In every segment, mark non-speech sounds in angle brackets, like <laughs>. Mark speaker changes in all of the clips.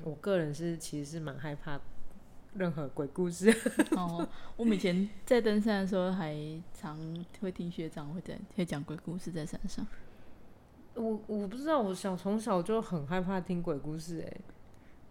Speaker 1: 我个人是其实是蛮害怕任何鬼故事。 <laughs>
Speaker 2: 哦，我们以前在登山的时候，还常会听学长会在会讲鬼故事在山上。
Speaker 1: 我我不知道，我小从小就很害怕听鬼故事、欸，哎，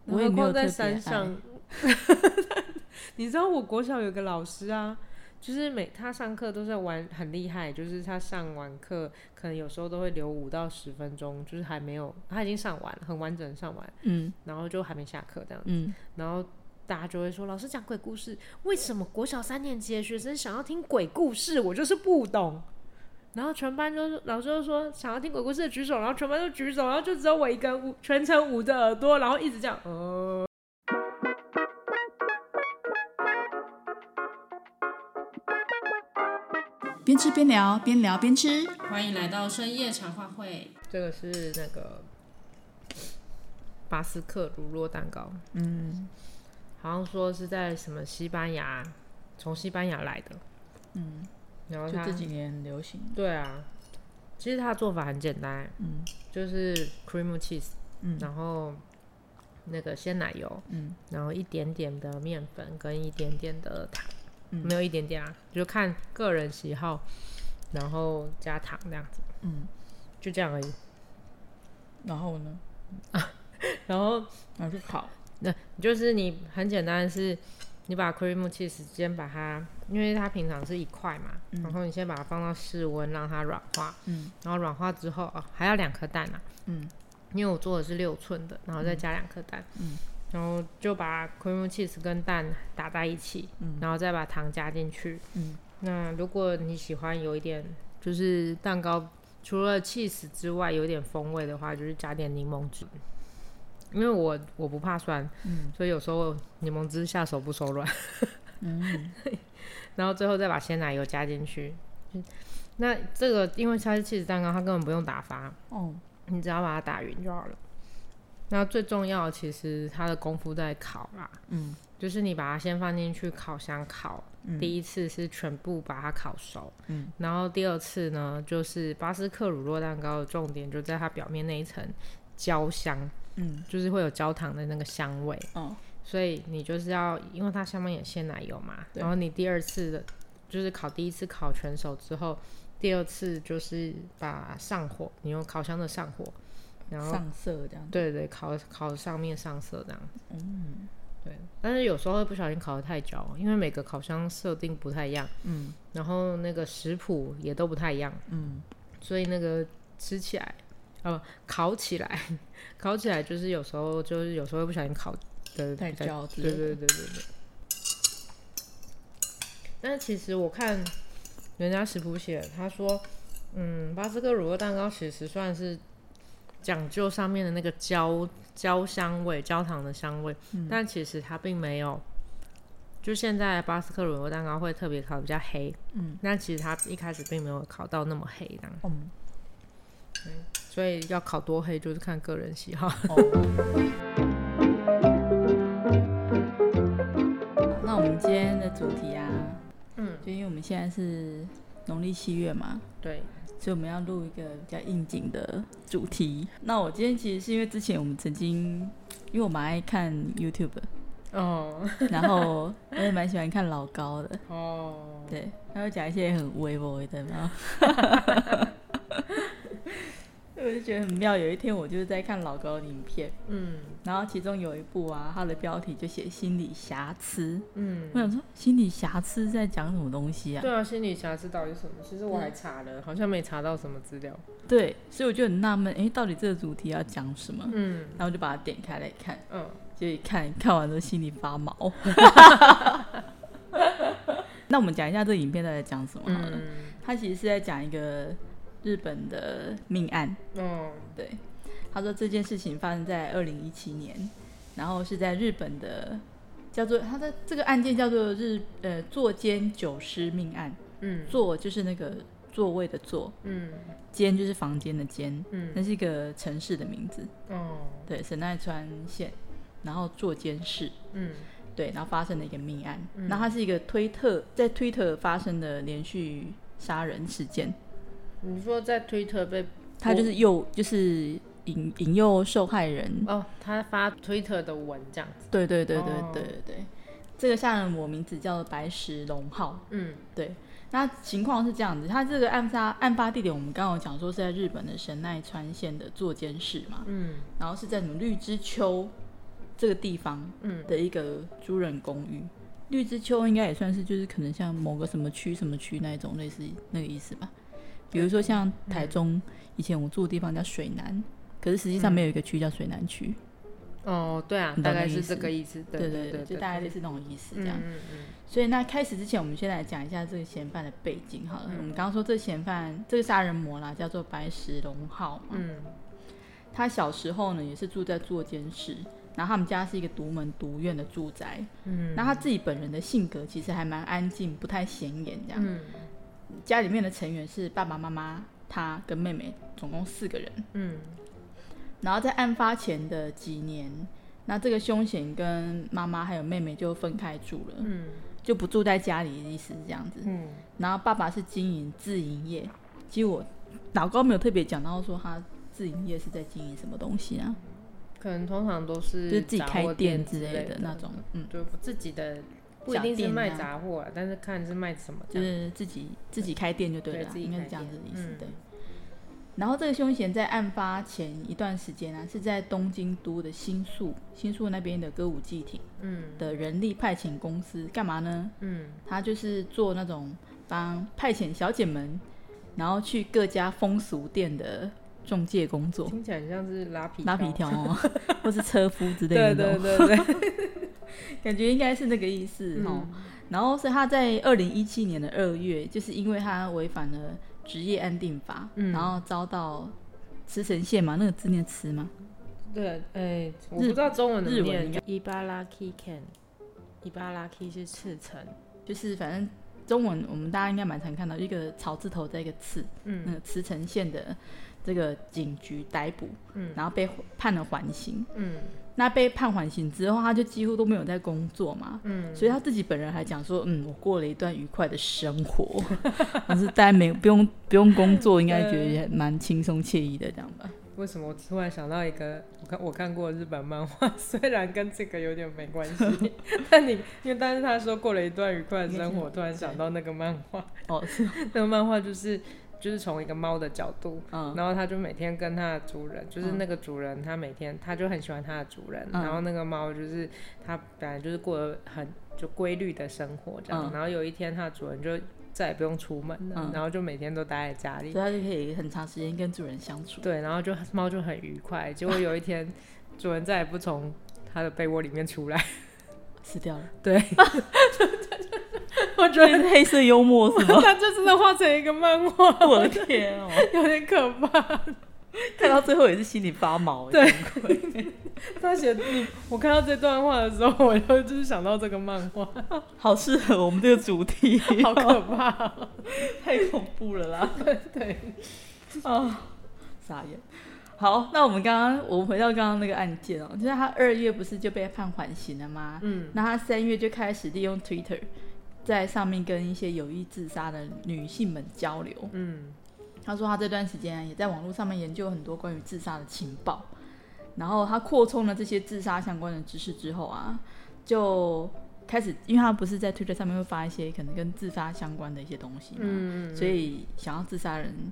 Speaker 2: 我也
Speaker 1: 何
Speaker 2: 没有
Speaker 1: 况在
Speaker 2: 特别
Speaker 1: 山上
Speaker 2: 爱。
Speaker 1: <laughs> 你知道我国小有个老师啊，就是每他上课都在玩很厉害，就是他上完课可能有时候都会留五到十分钟，就是还没有他已经上完很完整地上完，
Speaker 2: 嗯
Speaker 1: 然后就还没下课这样，
Speaker 2: 嗯，
Speaker 1: 然后大家就会说老师讲鬼故事，为什么国小三年级的学生想要听鬼故事？我就是不懂。然后全班就是老师就说想要听鬼故事的举手，然后全班都举手，然后就只有我一个人捂全程捂着耳朵，然后一直这样，呃。
Speaker 2: 边吃边聊，边聊边吃。
Speaker 3: 欢迎来到深夜茶话会。
Speaker 1: 这个是那个巴斯克乳酪蛋糕，
Speaker 2: 嗯
Speaker 1: 好像说是在什么西班牙，从西班牙来的。
Speaker 2: 嗯，
Speaker 1: 然后
Speaker 2: 就
Speaker 1: 它
Speaker 2: 这几年很流行。
Speaker 1: 对啊，其实它的做法很简单，
Speaker 2: 嗯
Speaker 1: 就是 cream cheese，
Speaker 2: 嗯
Speaker 1: 然后那个鲜奶油，
Speaker 2: 嗯
Speaker 1: 然后一点点的面粉跟一点点的糖，
Speaker 2: 嗯
Speaker 1: 没有一点点啊，就看个人喜好，然后加糖这样子，
Speaker 2: 嗯，
Speaker 1: 就这样而已。 <laughs>
Speaker 2: 然后呢，
Speaker 1: 然后
Speaker 2: 然后就烤。
Speaker 1: 那就是你很简单的是，你把 cream cheese 先把它，因为它平常是一块嘛，然后你先把它放到室温让它软化，
Speaker 2: 嗯
Speaker 1: 然后软化之后哦还要两颗蛋啊，
Speaker 2: 嗯
Speaker 1: 因为我做的是六寸的，然后再加两颗蛋，
Speaker 2: 嗯
Speaker 1: 然后就把 cream cheese 跟蛋打在一起，
Speaker 2: 嗯
Speaker 1: 然后再把糖加进去。
Speaker 2: 嗯
Speaker 1: 那如果你喜欢有一点就是蛋糕除了 cheese 之外有点风味的话，就是加点柠檬汁。因为我我不怕酸，
Speaker 2: 嗯
Speaker 1: 所以有时候柠檬汁下手不手软， <laughs>
Speaker 2: 嗯
Speaker 1: 然后最后再把鲜奶油加进去。那这个因为它是 cheese 蛋糕，它根本不用打发，
Speaker 2: 哦
Speaker 1: 你只要把它打匀就好了。那最重要的其实它的功夫在烤啦，
Speaker 2: 嗯
Speaker 1: 就是你把它先放进去烤箱烤，
Speaker 2: 嗯
Speaker 1: 第一次是全部把它烤熟，
Speaker 2: 嗯，
Speaker 1: 然后第二次呢就是巴斯克乳酪蛋糕的重点就在它表面那一层焦香，
Speaker 2: 嗯
Speaker 1: 就是会有焦糖的那个香味，
Speaker 2: 哦
Speaker 1: 所以你就是要，因为它下面有鲜奶油嘛，
Speaker 2: 对
Speaker 1: 然后你第二次的，就是烤第一次烤全熟之后，第二次就是把上火，你用烤箱的上火，然后
Speaker 2: 上色这样。
Speaker 1: 对对，烤烤上面上色这样子。
Speaker 2: 嗯
Speaker 1: 对，但是有时候会不小心烤得太焦，因为每个烤箱设定不太一样，
Speaker 2: 嗯
Speaker 1: 然后那个食谱也都不太一样，
Speaker 2: 嗯
Speaker 1: 所以那个吃起来，呃，烤起来， <laughs> 烤起来就是有时候就是有时候会不小心烤的
Speaker 2: 太焦之类
Speaker 1: 对
Speaker 2: 的
Speaker 1: 对对对对。但其实我看人家食谱写，他说，嗯，巴斯克乳酪蛋糕其实算是讲究上面的那个焦焦香味、焦糖的香味，
Speaker 2: 嗯
Speaker 1: 但其实它并没有。就现在巴斯克乳酪蛋糕会特别烤得比较黑，
Speaker 2: 嗯，
Speaker 1: 但其实它一开始并没有烤到那么黑这样，
Speaker 2: 嗯
Speaker 1: 所以要烤多黑就是看个人喜好。
Speaker 2: 哦。那我们今天的主题啊，
Speaker 1: 嗯，
Speaker 2: 就因为我们现在是农历七月嘛，
Speaker 1: 对，
Speaker 2: 所以我们要录一个比较应景的主题。那我今天其实是因为之前我们曾经，因为我蛮爱看 YouTube，
Speaker 1: <laughs> 哦
Speaker 2: 然后我也蛮喜欢看老高的，
Speaker 1: 哦，
Speaker 2: 对，他会讲一些很微博的，然后
Speaker 1: <laughs>
Speaker 2: 我就觉得很妙。有一天我就是在看老高的影片，
Speaker 1: 嗯
Speaker 2: 然后其中有一部啊，它的标题就写“心理瑕疵”，
Speaker 1: 嗯
Speaker 2: 我，想说心理瑕疵在讲什么东西啊？嗯
Speaker 1: 对啊，心理瑕疵到底是什么？其实我还查了，好像没查到什么资料。
Speaker 2: 对，所以我就很纳闷，诶，到底这个主题要讲什么？
Speaker 1: 嗯
Speaker 2: 然后我就把它点开来看，
Speaker 1: 嗯，
Speaker 2: 就一看看完之后心里发毛。
Speaker 1: <laughs>
Speaker 2: 那我们讲一下这个影片到底在讲什么好了。
Speaker 1: 嗯
Speaker 2: 它其实是在讲一个日本的命案，
Speaker 1: 哦
Speaker 2: 对，他说这件事情发生在二零一七年，然后是在日本的叫做他的这个案件叫做日呃座间九尸命案，
Speaker 1: 嗯
Speaker 2: 座就是那个座位的座，
Speaker 1: 嗯
Speaker 2: 间就是房间的间，那
Speaker 1: 嗯
Speaker 2: 是一个城市的名字，
Speaker 1: 哦
Speaker 2: 对，神奈川县，然后座间市。
Speaker 1: 嗯
Speaker 2: 对，然后发生了一个命案，
Speaker 1: 嗯
Speaker 2: 那它是一个推特在推特发生的连续杀人事件，
Speaker 1: 你说在推特被
Speaker 2: 它就是诱就是引引诱受害人。
Speaker 1: 哦，他发 Twitter 的文这样子，
Speaker 2: 对对对对
Speaker 1: 哦
Speaker 2: 对对对，这个杀人魔名字叫白石龙浩。
Speaker 1: 嗯，
Speaker 2: 对，那情况是这样子，他这个暗杀案发地点，我们刚刚有讲说是在日本的神奈川县的座间市嘛，
Speaker 1: 嗯，
Speaker 2: 然后是在什么绿之丘这个地方，
Speaker 1: 嗯
Speaker 2: 的一个租人公寓。绿之丘应该也算是就是可能像某个什么区什么区那一种类似那个意思吧。比如说像台中、以前我住的地方叫水南，可是实际上没有一个区叫水南区，
Speaker 1: 哦，对啊
Speaker 2: 你，懂
Speaker 1: 大概
Speaker 2: 那意
Speaker 1: 是
Speaker 2: 思
Speaker 1: 这个意思，
Speaker 2: 对
Speaker 1: 对
Speaker 2: 对，就大概类似那种意思这样。
Speaker 1: 嗯嗯
Speaker 2: 所以那开始之前，我们先来讲一下这个嫌犯的背景好了。
Speaker 1: 嗯
Speaker 2: 我们刚刚说这嫌犯，这个杀人魔啦，叫做白石龙浩嘛。
Speaker 1: 嗯
Speaker 2: 他小时候呢，也是住在座间市，然后他们家是一个独门独院的住宅。
Speaker 1: 嗯
Speaker 2: 那他自己本人的性格其实还蛮安静，不太显眼这样。
Speaker 1: 嗯
Speaker 2: 家里面的成员是爸爸妈妈、他跟妹妹，总共四个人。
Speaker 1: 嗯
Speaker 2: 然后在案发前的几年，那这个凶嫌跟妈妈还有妹妹就分开住了，
Speaker 1: 嗯
Speaker 2: 就不住在家里的意思是这样子。
Speaker 1: 嗯
Speaker 2: 然后爸爸是经营自营业，其实我老高没有特别讲到说他自营业是在经营什么东西啊，
Speaker 1: 可能通常都
Speaker 2: 就是是自己
Speaker 1: 嗯杂货
Speaker 2: 开
Speaker 1: 店
Speaker 2: 之
Speaker 1: 类
Speaker 2: 类的那种，嗯，
Speaker 1: 就自己的不一
Speaker 2: 小
Speaker 1: 定是
Speaker 2: 店
Speaker 1: 卖
Speaker 2: 啊
Speaker 1: 杂货啊，但是看是卖什么这
Speaker 2: 就
Speaker 1: 样，
Speaker 2: 是自己自己开店就对了啊，
Speaker 1: 自己
Speaker 2: 应该
Speaker 1: 开
Speaker 2: 是这样子的意思，
Speaker 1: 店
Speaker 2: 对
Speaker 1: 嗯。
Speaker 2: 然后这个凶嫌在案发前一段时间啊，是在东京都的新宿新宿那边的歌舞伎町
Speaker 1: 嗯
Speaker 2: 的人力派遣公司干嘛呢？
Speaker 1: 嗯
Speaker 2: 他就是做那种帮派遣小姐们，然后去各家风俗店的中介工作。
Speaker 1: 听起来很像是拉皮
Speaker 2: 拉皮
Speaker 1: 条，
Speaker 2: 条
Speaker 1: <laughs>
Speaker 2: 哦，或是车夫之类
Speaker 1: 对
Speaker 2: 的，
Speaker 1: 对对对，
Speaker 2: 感觉应该是那个意思
Speaker 1: 嗯
Speaker 2: 哦。然后，所以他在二零一七年的二月，就是因为他违反了职业安定法，
Speaker 1: 嗯
Speaker 2: 然后遭到茨城县嘛，那个字念茨嘛，
Speaker 1: 对，哎，我不
Speaker 2: 日
Speaker 1: 知道中文怎
Speaker 2: 日
Speaker 1: 么
Speaker 2: 文
Speaker 1: 念
Speaker 2: 应该，
Speaker 1: 伊巴拉 k can，伊巴拉 k 是赤城，
Speaker 2: 就是反正中文我们大家应该蛮常看到一个草字头在一个茨，那
Speaker 1: 嗯
Speaker 2: 个茨城县的这个警局逮捕，
Speaker 1: 嗯
Speaker 2: 然后被判了缓刑。
Speaker 1: 嗯
Speaker 2: 那被判缓刑之后，他就几乎都没有在工作嘛，
Speaker 1: 嗯，
Speaker 2: 所以他自己本人还讲说，嗯，我过了一段愉快的生活， <laughs> 但是大家没不用不用工作，应该觉得也蛮轻松惬意的这样吧。嗯
Speaker 1: 为什么我突然想到一个我看我看过的日本漫画， <laughs> 虽然跟这个有点没关
Speaker 2: <laughs>
Speaker 1: 系，但你因为但是他说过了一段愉快的生活，突然想到那个漫画，
Speaker 2: 哦，是，
Speaker 1: <laughs> 那个漫画就是就是从一个猫的角度，
Speaker 2: 嗯，
Speaker 1: 然后他就每天跟他的主人，就是
Speaker 2: 嗯
Speaker 1: 那个主人，他每天他就很喜欢他的主人，
Speaker 2: 嗯
Speaker 1: 然后那个猫就是它本来就是过得很就规律的生活这样，
Speaker 2: 嗯
Speaker 1: 然后有一天它的主人就再也不用出门了，
Speaker 2: 嗯
Speaker 1: 然后就每天都待在家里
Speaker 2: 所以，他就可以很长时间跟主人相处。
Speaker 1: 对，然后就猫就很愉快，结果有一天主人再也不从它的被窝里面出 <laughs> 来，
Speaker 2: 死掉了， <laughs>
Speaker 1: 对，
Speaker 2: 我觉得黑色幽默是吗？
Speaker 1: 它就真的画成一个漫画，
Speaker 2: <laughs> 我的天哦，
Speaker 1: <laughs> 有点可怕。
Speaker 2: <laughs> 看到最后也是心里发毛。哎
Speaker 1: 对， <laughs> 他写你，我看到这段话的时候，我就就是想到这个漫 <laughs> 画，
Speaker 2: 好适合我们这个主题，
Speaker 1: <laughs> 好可怕哦、
Speaker 2: <laughs> 太恐怖了啦！
Speaker 1: 对，
Speaker 2: 啊，傻眼。好，那我们刚刚我们回到刚刚那个案件哦，就是他二月不是就被判缓刑了吗？
Speaker 1: 嗯
Speaker 2: 那他三月就开始利用 Twitter 在上面跟一些有意自杀的女性们交流。
Speaker 1: 嗯
Speaker 2: 他说他这段时间啊也在网络上面研究很多关于自杀的情报，然后他扩充了这些自杀相关的知识之后啊，就开始，因为他不是在 Twitter 上面会发一些可能跟自杀相关的一些东西嘛，
Speaker 1: 嗯，
Speaker 2: 所以想要自杀的人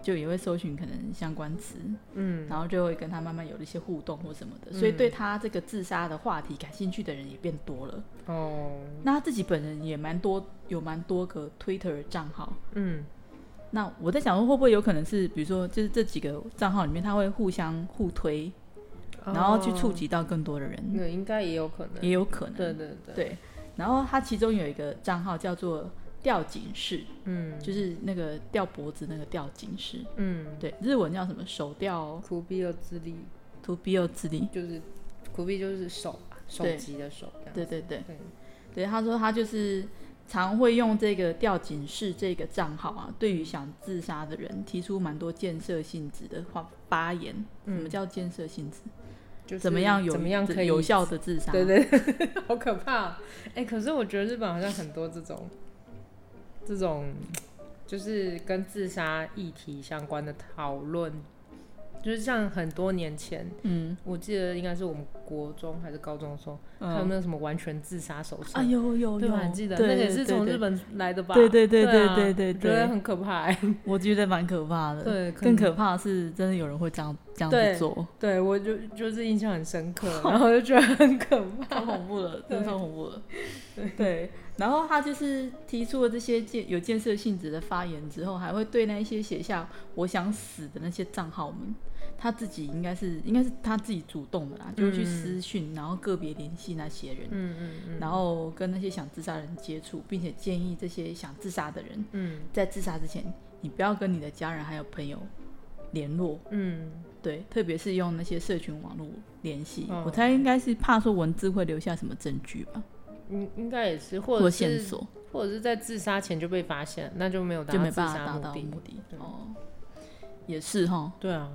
Speaker 2: 就也会搜寻可能相关词，
Speaker 1: 嗯
Speaker 2: 然后就会跟他慢慢有了一些互动或什么的，所以对他这个自杀的话题感兴趣的人也变多了。
Speaker 1: 哦
Speaker 2: 那他自己本人也蛮多，有蛮多个 Twitter 账号。
Speaker 1: 嗯
Speaker 2: 那我在想说，会不会有可能是，比如说，就是这几个账号里面，他会互相互推，然后去触
Speaker 1: 及，
Speaker 2: 及到更多的人，
Speaker 1: 那应该也有可能，
Speaker 2: 也有可能。
Speaker 1: 哦对对对，
Speaker 2: 对然后他其中有一个账号叫做“吊颈式”，
Speaker 1: 嗯
Speaker 2: 就是那个吊脖子那个吊颈式。
Speaker 1: 嗯，
Speaker 2: 对，日文叫什么？手吊
Speaker 1: 苦逼又自立，
Speaker 2: to be o 自立。
Speaker 1: 就是苦逼就是手吧手
Speaker 2: 对
Speaker 1: 机的手，这样
Speaker 2: 对对对。
Speaker 1: 对，
Speaker 2: 对，他说他就是常会用这个吊颈式这个账号啊，对于想自杀的人提出蛮多建设性质的话发言。什么
Speaker 1: 嗯，
Speaker 2: 叫建设性质？
Speaker 1: 就是
Speaker 2: 怎么样有
Speaker 1: 怎么样可以
Speaker 2: 有效的自杀？
Speaker 1: 对对，对 <laughs> 好可怕、哎、可是我觉得日本好像很多这种这种，就是跟自杀议题相关的讨论，就是像很多年前，
Speaker 2: 嗯，
Speaker 1: 我记得应该是我们国中还是高中的时候，还有
Speaker 2: 嗯
Speaker 1: 那个什么完全自杀手册
Speaker 2: 啊，，有有
Speaker 1: 对
Speaker 2: 有
Speaker 1: 吧？你记得
Speaker 2: 对
Speaker 1: 那个也是
Speaker 2: 对
Speaker 1: 从
Speaker 2: 对
Speaker 1: 日本来的吧？
Speaker 2: 对对对
Speaker 1: 对啊
Speaker 2: 对对对
Speaker 1: 我觉得
Speaker 2: 对
Speaker 1: 很可怕、
Speaker 2: <laughs>
Speaker 1: 欸。
Speaker 2: 我觉得蛮可怕的。，
Speaker 1: 对，
Speaker 2: 更
Speaker 1: 能
Speaker 2: 可怕的是，真的有人会这样这样
Speaker 1: 对 <laughs>
Speaker 2: 子做，
Speaker 1: 对我就就是印象很深刻，然后就觉得很可
Speaker 2: 超
Speaker 1: 怕。 <laughs>
Speaker 2: 恐怖了，真的
Speaker 1: 对
Speaker 2: 超恐怖了。对，然后他就是提出了这些建有建设性质的发言之后，还会对那一些写下“我想死”的那些账号们，他自己应该是应该是他自己主动的啦，就会去
Speaker 1: 嗯
Speaker 2: 私讯，然后个别联系那些人，
Speaker 1: 嗯嗯嗯，
Speaker 2: 然后跟那些想自杀的人接触，并且建议这些想自杀的人
Speaker 1: 嗯
Speaker 2: 在自杀之前，你不要跟你的家人还有朋友联络，
Speaker 1: 嗯
Speaker 2: 对，特别是用那些社群网络联系。
Speaker 1: 哦
Speaker 2: 我猜应该是怕说文字会留下什么证据吧，
Speaker 1: 应嗯应该也是，或
Speaker 2: 或
Speaker 1: 者
Speaker 2: 线
Speaker 1: 是
Speaker 2: 索。
Speaker 1: 或者是在自杀前就被发现，那就没有达
Speaker 2: 就
Speaker 1: 到
Speaker 2: 没
Speaker 1: 自
Speaker 2: 办法
Speaker 1: 杀
Speaker 2: 达到
Speaker 1: 的
Speaker 2: 目的
Speaker 1: 对。
Speaker 2: 哦，也是哈，
Speaker 1: 对啊，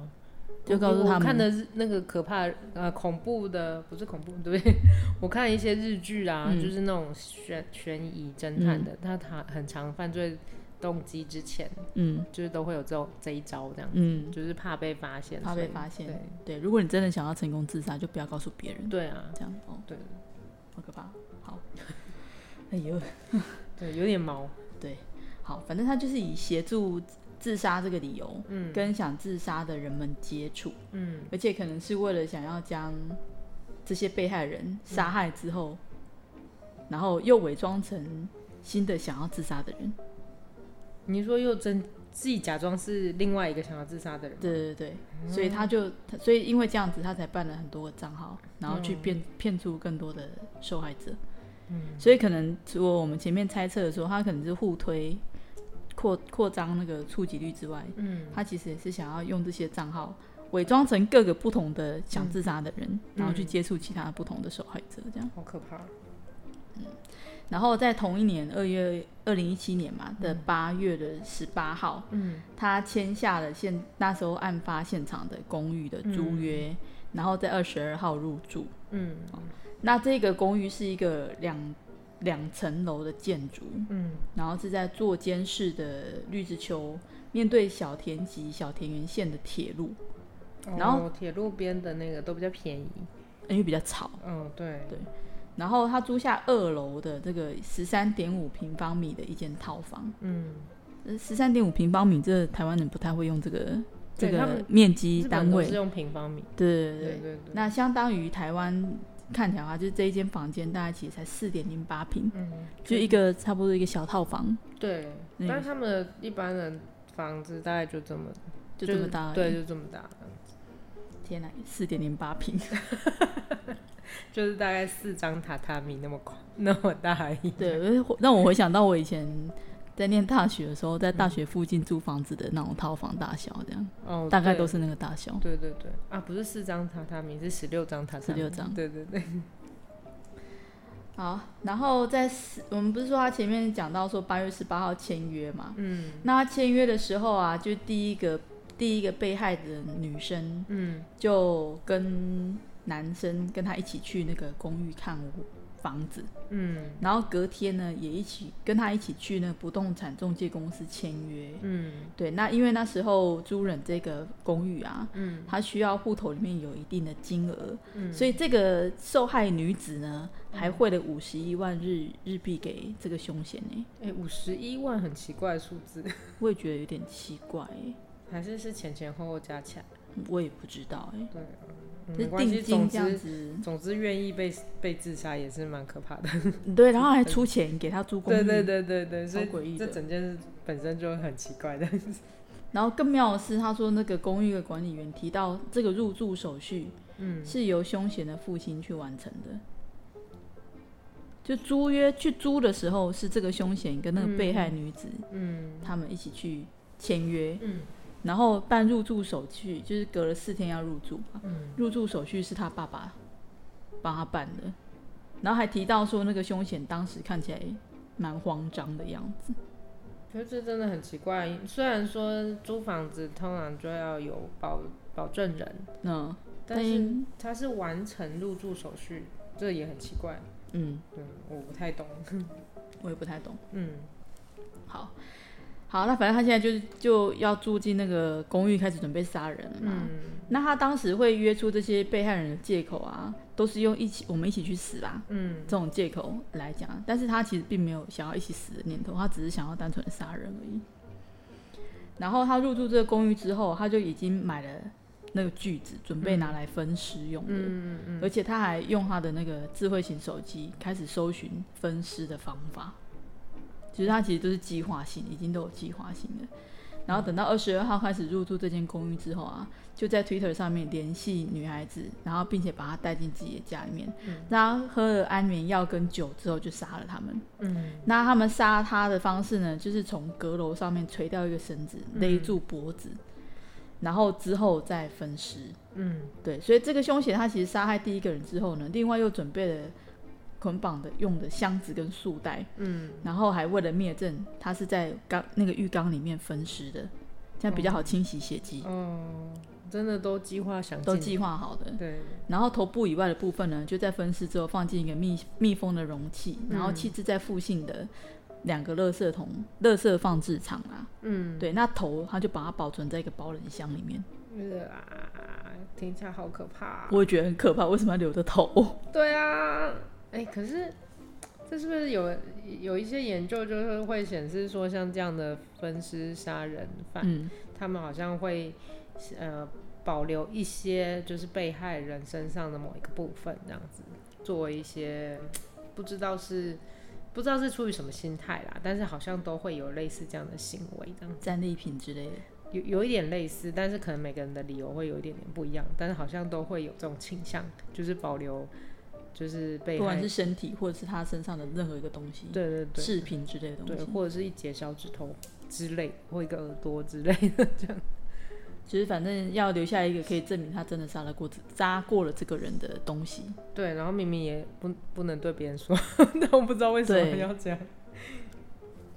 Speaker 2: 就
Speaker 1: 我
Speaker 2: 告诉他
Speaker 1: 我看
Speaker 2: 们，
Speaker 1: 的是那个可怕呃恐怖的，不是恐怖，对不对？我看一些日剧啊，
Speaker 2: 嗯
Speaker 1: 就是那种悬悬疑侦探的，他他很常犯罪动机之前，
Speaker 2: 嗯
Speaker 1: 就是都会有这种这一招这样，
Speaker 2: 嗯，
Speaker 1: 就是怕被发现，
Speaker 2: 怕被
Speaker 1: 所以
Speaker 2: 发现
Speaker 1: 对
Speaker 2: 对，如果你真的想要成功自杀，就不要告诉别人，
Speaker 1: 对啊，
Speaker 2: 这样哦，
Speaker 1: 对
Speaker 2: 好可怕，好， <laughs> 哎呦，
Speaker 1: 对，有点毛，
Speaker 2: 好，反正他就是以协助自杀这个理由，
Speaker 1: 嗯
Speaker 2: 跟想自杀的人们接触，
Speaker 1: 嗯
Speaker 2: 而且可能是为了想要将这些被害人杀害之后，然后又伪装成新的想要自杀的人，
Speaker 1: 你说又真自己假装是另外一个想要自杀的人吗，
Speaker 2: 对对对，
Speaker 1: 嗯
Speaker 2: 所以他就，他所以因为这样子，他才办了很多个账号，然后去骗骗出更多的受害者。
Speaker 1: 嗯，
Speaker 2: 所以可能除了我们前面猜测的说，他可能是互推扩扩张那个触及率之外，
Speaker 1: 嗯
Speaker 2: 他其实也是想要用这些账号伪装成各个不同的想
Speaker 1: 嗯
Speaker 2: 自杀的人，然后去接触其他不同的受害者，这样。
Speaker 1: 好可怕，
Speaker 2: 然后在同一年二月二零一七年嘛的八月的十八号，
Speaker 1: 嗯
Speaker 2: 他签下了现那时候案发现场的公寓的租约，然后在二十二号入住。
Speaker 1: 嗯
Speaker 2: 那这个公寓是一个两两层楼的建筑，
Speaker 1: 嗯
Speaker 2: 然后是在坐间市的绿之丘，面对小田急小田园线的铁路，然后
Speaker 1: 哦铁路边的那个都比较便宜，
Speaker 2: 因为比较吵。
Speaker 1: 嗯，对，
Speaker 2: 然后他租下二楼的这个十三点五平方米的一间套房，呃
Speaker 1: 嗯，
Speaker 2: 十三点五平方米，这台湾人不太会用这个这
Speaker 1: 对他们
Speaker 2: 个面
Speaker 1: 日
Speaker 2: 积
Speaker 1: 本
Speaker 2: 单
Speaker 1: 都
Speaker 2: 位
Speaker 1: 是，用平方米，
Speaker 2: 对对对
Speaker 1: 对。对对，
Speaker 2: 那相当于台湾看起来的话，就是这一间房间大概其实才四点零八平，
Speaker 1: 嗯，
Speaker 2: 就一个差不多一个小套房，
Speaker 1: 对，
Speaker 2: 嗯
Speaker 1: 但是他们的一般人房子大概就这么，
Speaker 2: 就这么大而
Speaker 1: 是
Speaker 2: 已。
Speaker 1: 对，就这么大，
Speaker 2: 天哪，四点零八
Speaker 1: <laughs>
Speaker 2: 平，
Speaker 1: 就是大概四张榻榻米那么宽，那么大而已，
Speaker 2: 对， <laughs> 我就让我回想到我以前在念大学的时候，在大学附近租房子的那种套房大小，这样
Speaker 1: 哦，
Speaker 2: 大概
Speaker 1: 对
Speaker 2: 都是那个大小。
Speaker 1: 对对对啊，不是四张榻榻米，是十六张榻榻米。
Speaker 2: 16张
Speaker 1: 对对对，
Speaker 2: 好，然后在十我们不是说他前面讲到说八月十八号签约嘛？
Speaker 1: 嗯
Speaker 2: 那他签约的时候啊，就第一个第一个被害的女生，
Speaker 1: 嗯
Speaker 2: 就跟男生跟他一起去那个公寓看屋房子，
Speaker 1: 嗯
Speaker 2: 然后隔天呢也一起跟他一起去那个不动产中介公司签约。
Speaker 1: 嗯
Speaker 2: 对，那因为那时候租人这个公寓啊，
Speaker 1: 嗯
Speaker 2: 他需要户头里面有一定的金额，
Speaker 1: 嗯，
Speaker 2: 所以这个受害女子呢还汇了五十一万日日币给这个凶险呢、
Speaker 1: 哎，五十一万很奇怪的数字， <laughs>
Speaker 2: 我也觉得有点奇怪、欸，
Speaker 1: 还是是前前后后加起来？
Speaker 2: 我也不知道哎、
Speaker 1: 对，嗯
Speaker 2: 这
Speaker 1: 没关系，
Speaker 2: 定金
Speaker 1: 总
Speaker 2: 这样
Speaker 1: 之
Speaker 2: 子，
Speaker 1: 总之愿意被被自杀也是蛮可怕的。
Speaker 2: <laughs> 对，然后还出钱给他租公寓，
Speaker 1: 嗯对对对对对，
Speaker 2: 超
Speaker 1: 所以
Speaker 2: 诡异
Speaker 1: 这
Speaker 2: 的
Speaker 1: 整件事本身就很奇怪的。 <laughs>
Speaker 2: 然后更妙的是，他说那个公寓的管理员提到，这个入住手续
Speaker 1: 嗯
Speaker 2: 是由凶险的父亲去完成的。就租约去租的时候，是这个凶险跟那个被害女子、
Speaker 1: 嗯
Speaker 2: 他们一起去签约，
Speaker 1: 嗯
Speaker 2: 然后办入住手续，就是隔了四天要入住嘛。
Speaker 1: 嗯
Speaker 2: 入住手续是他爸爸帮他办的，然后还提到说那个凶险当时看起来蛮慌张的样子。
Speaker 1: 可是这真的很奇怪。虽然说租房子通常就要有保保证人，
Speaker 2: 嗯，
Speaker 1: 但是他是完成入住手续，这也很奇怪。
Speaker 2: 嗯，
Speaker 1: 嗯，我不太懂。
Speaker 2: 我也不太懂。
Speaker 1: 嗯
Speaker 2: 好，好，那反正他现在就是就要住进那个公寓，开始准备杀人了嘛。
Speaker 1: 嗯
Speaker 2: 那他当时会约出这些被害人的借口啊，都是用一起我们一起去死啊
Speaker 1: 嗯
Speaker 2: 这种借口来讲，但是他其实并没有想要一起死的念头，他只是想要单纯的杀人而已。然后他入住这个公寓之后，他就已经买了那个锯子，准备拿来分尸用的。
Speaker 1: 嗯嗯
Speaker 2: 而且他还用他的那个智慧型手机开始搜寻分尸的方法，其实他其实都是计划性，已经都有计划性的。然后等到二十二号开始入住这间公寓之后啊，就在 Twitter 上面联系女孩子，然后并且把她带进自己的家里面，让她喝了安眠药跟酒之后就杀了他们。
Speaker 1: 嗯
Speaker 2: 那他们杀他的方式呢，就是从阁楼上面垂掉一个绳子勒住脖子，然后之后再分尸。
Speaker 1: 嗯
Speaker 2: 对，所以这个凶嫌他其实杀害第一个人之后呢，另外又准备了捆绑的用的箱子跟束带，
Speaker 1: 嗯，
Speaker 2: 然后还为了灭证，他是在缸那个浴缸里面分尸的，这样比较好清洗血迹，
Speaker 1: 哦，真的都计划详尽，
Speaker 2: 都计划好的。
Speaker 1: 对，
Speaker 2: 然后头部以外的部分呢，就在分尸之后放进一个密密封的容器，然后弃置在附近的两个垃圾桶、垃圾放置场啊。
Speaker 1: 嗯，
Speaker 2: 对，那头他就把它保存在一个保冷箱里面，
Speaker 1: 啊，听起来好可怕、啊。
Speaker 2: 我也觉得很可怕，为什么要留着头？
Speaker 1: <laughs> 对啊，哎、可是这是不是有有一些研究就是会显示说，像这样的分尸杀人犯，
Speaker 2: 嗯，
Speaker 1: 他们好像会呃保留一些就是被害人身上的某一个部分，这样子作为一些不知道是不知道是出于什么心态啦，但是好像都会有类似这样的行为，这样
Speaker 2: 战利品之类的。
Speaker 1: 有有一点类似，但是可能每个人的理由会有一点点不一样，但是好像都会有这种倾向，就是保留就是被
Speaker 2: 不
Speaker 1: 害
Speaker 2: 管是身体或者是他身上的任何一个东西，
Speaker 1: 对对对
Speaker 2: 饰品之类的东
Speaker 1: 对，
Speaker 2: 西，
Speaker 1: 或者是一截小指头之类，或一个耳朵之类的 <laughs> 这样。
Speaker 2: 其实反正要留下一个可以证明他真的杀了过杀过了这个人的东西。
Speaker 1: 对，然后明明也不不能对别人说， <laughs> 但我不知道为什么
Speaker 2: 对
Speaker 1: 要这样，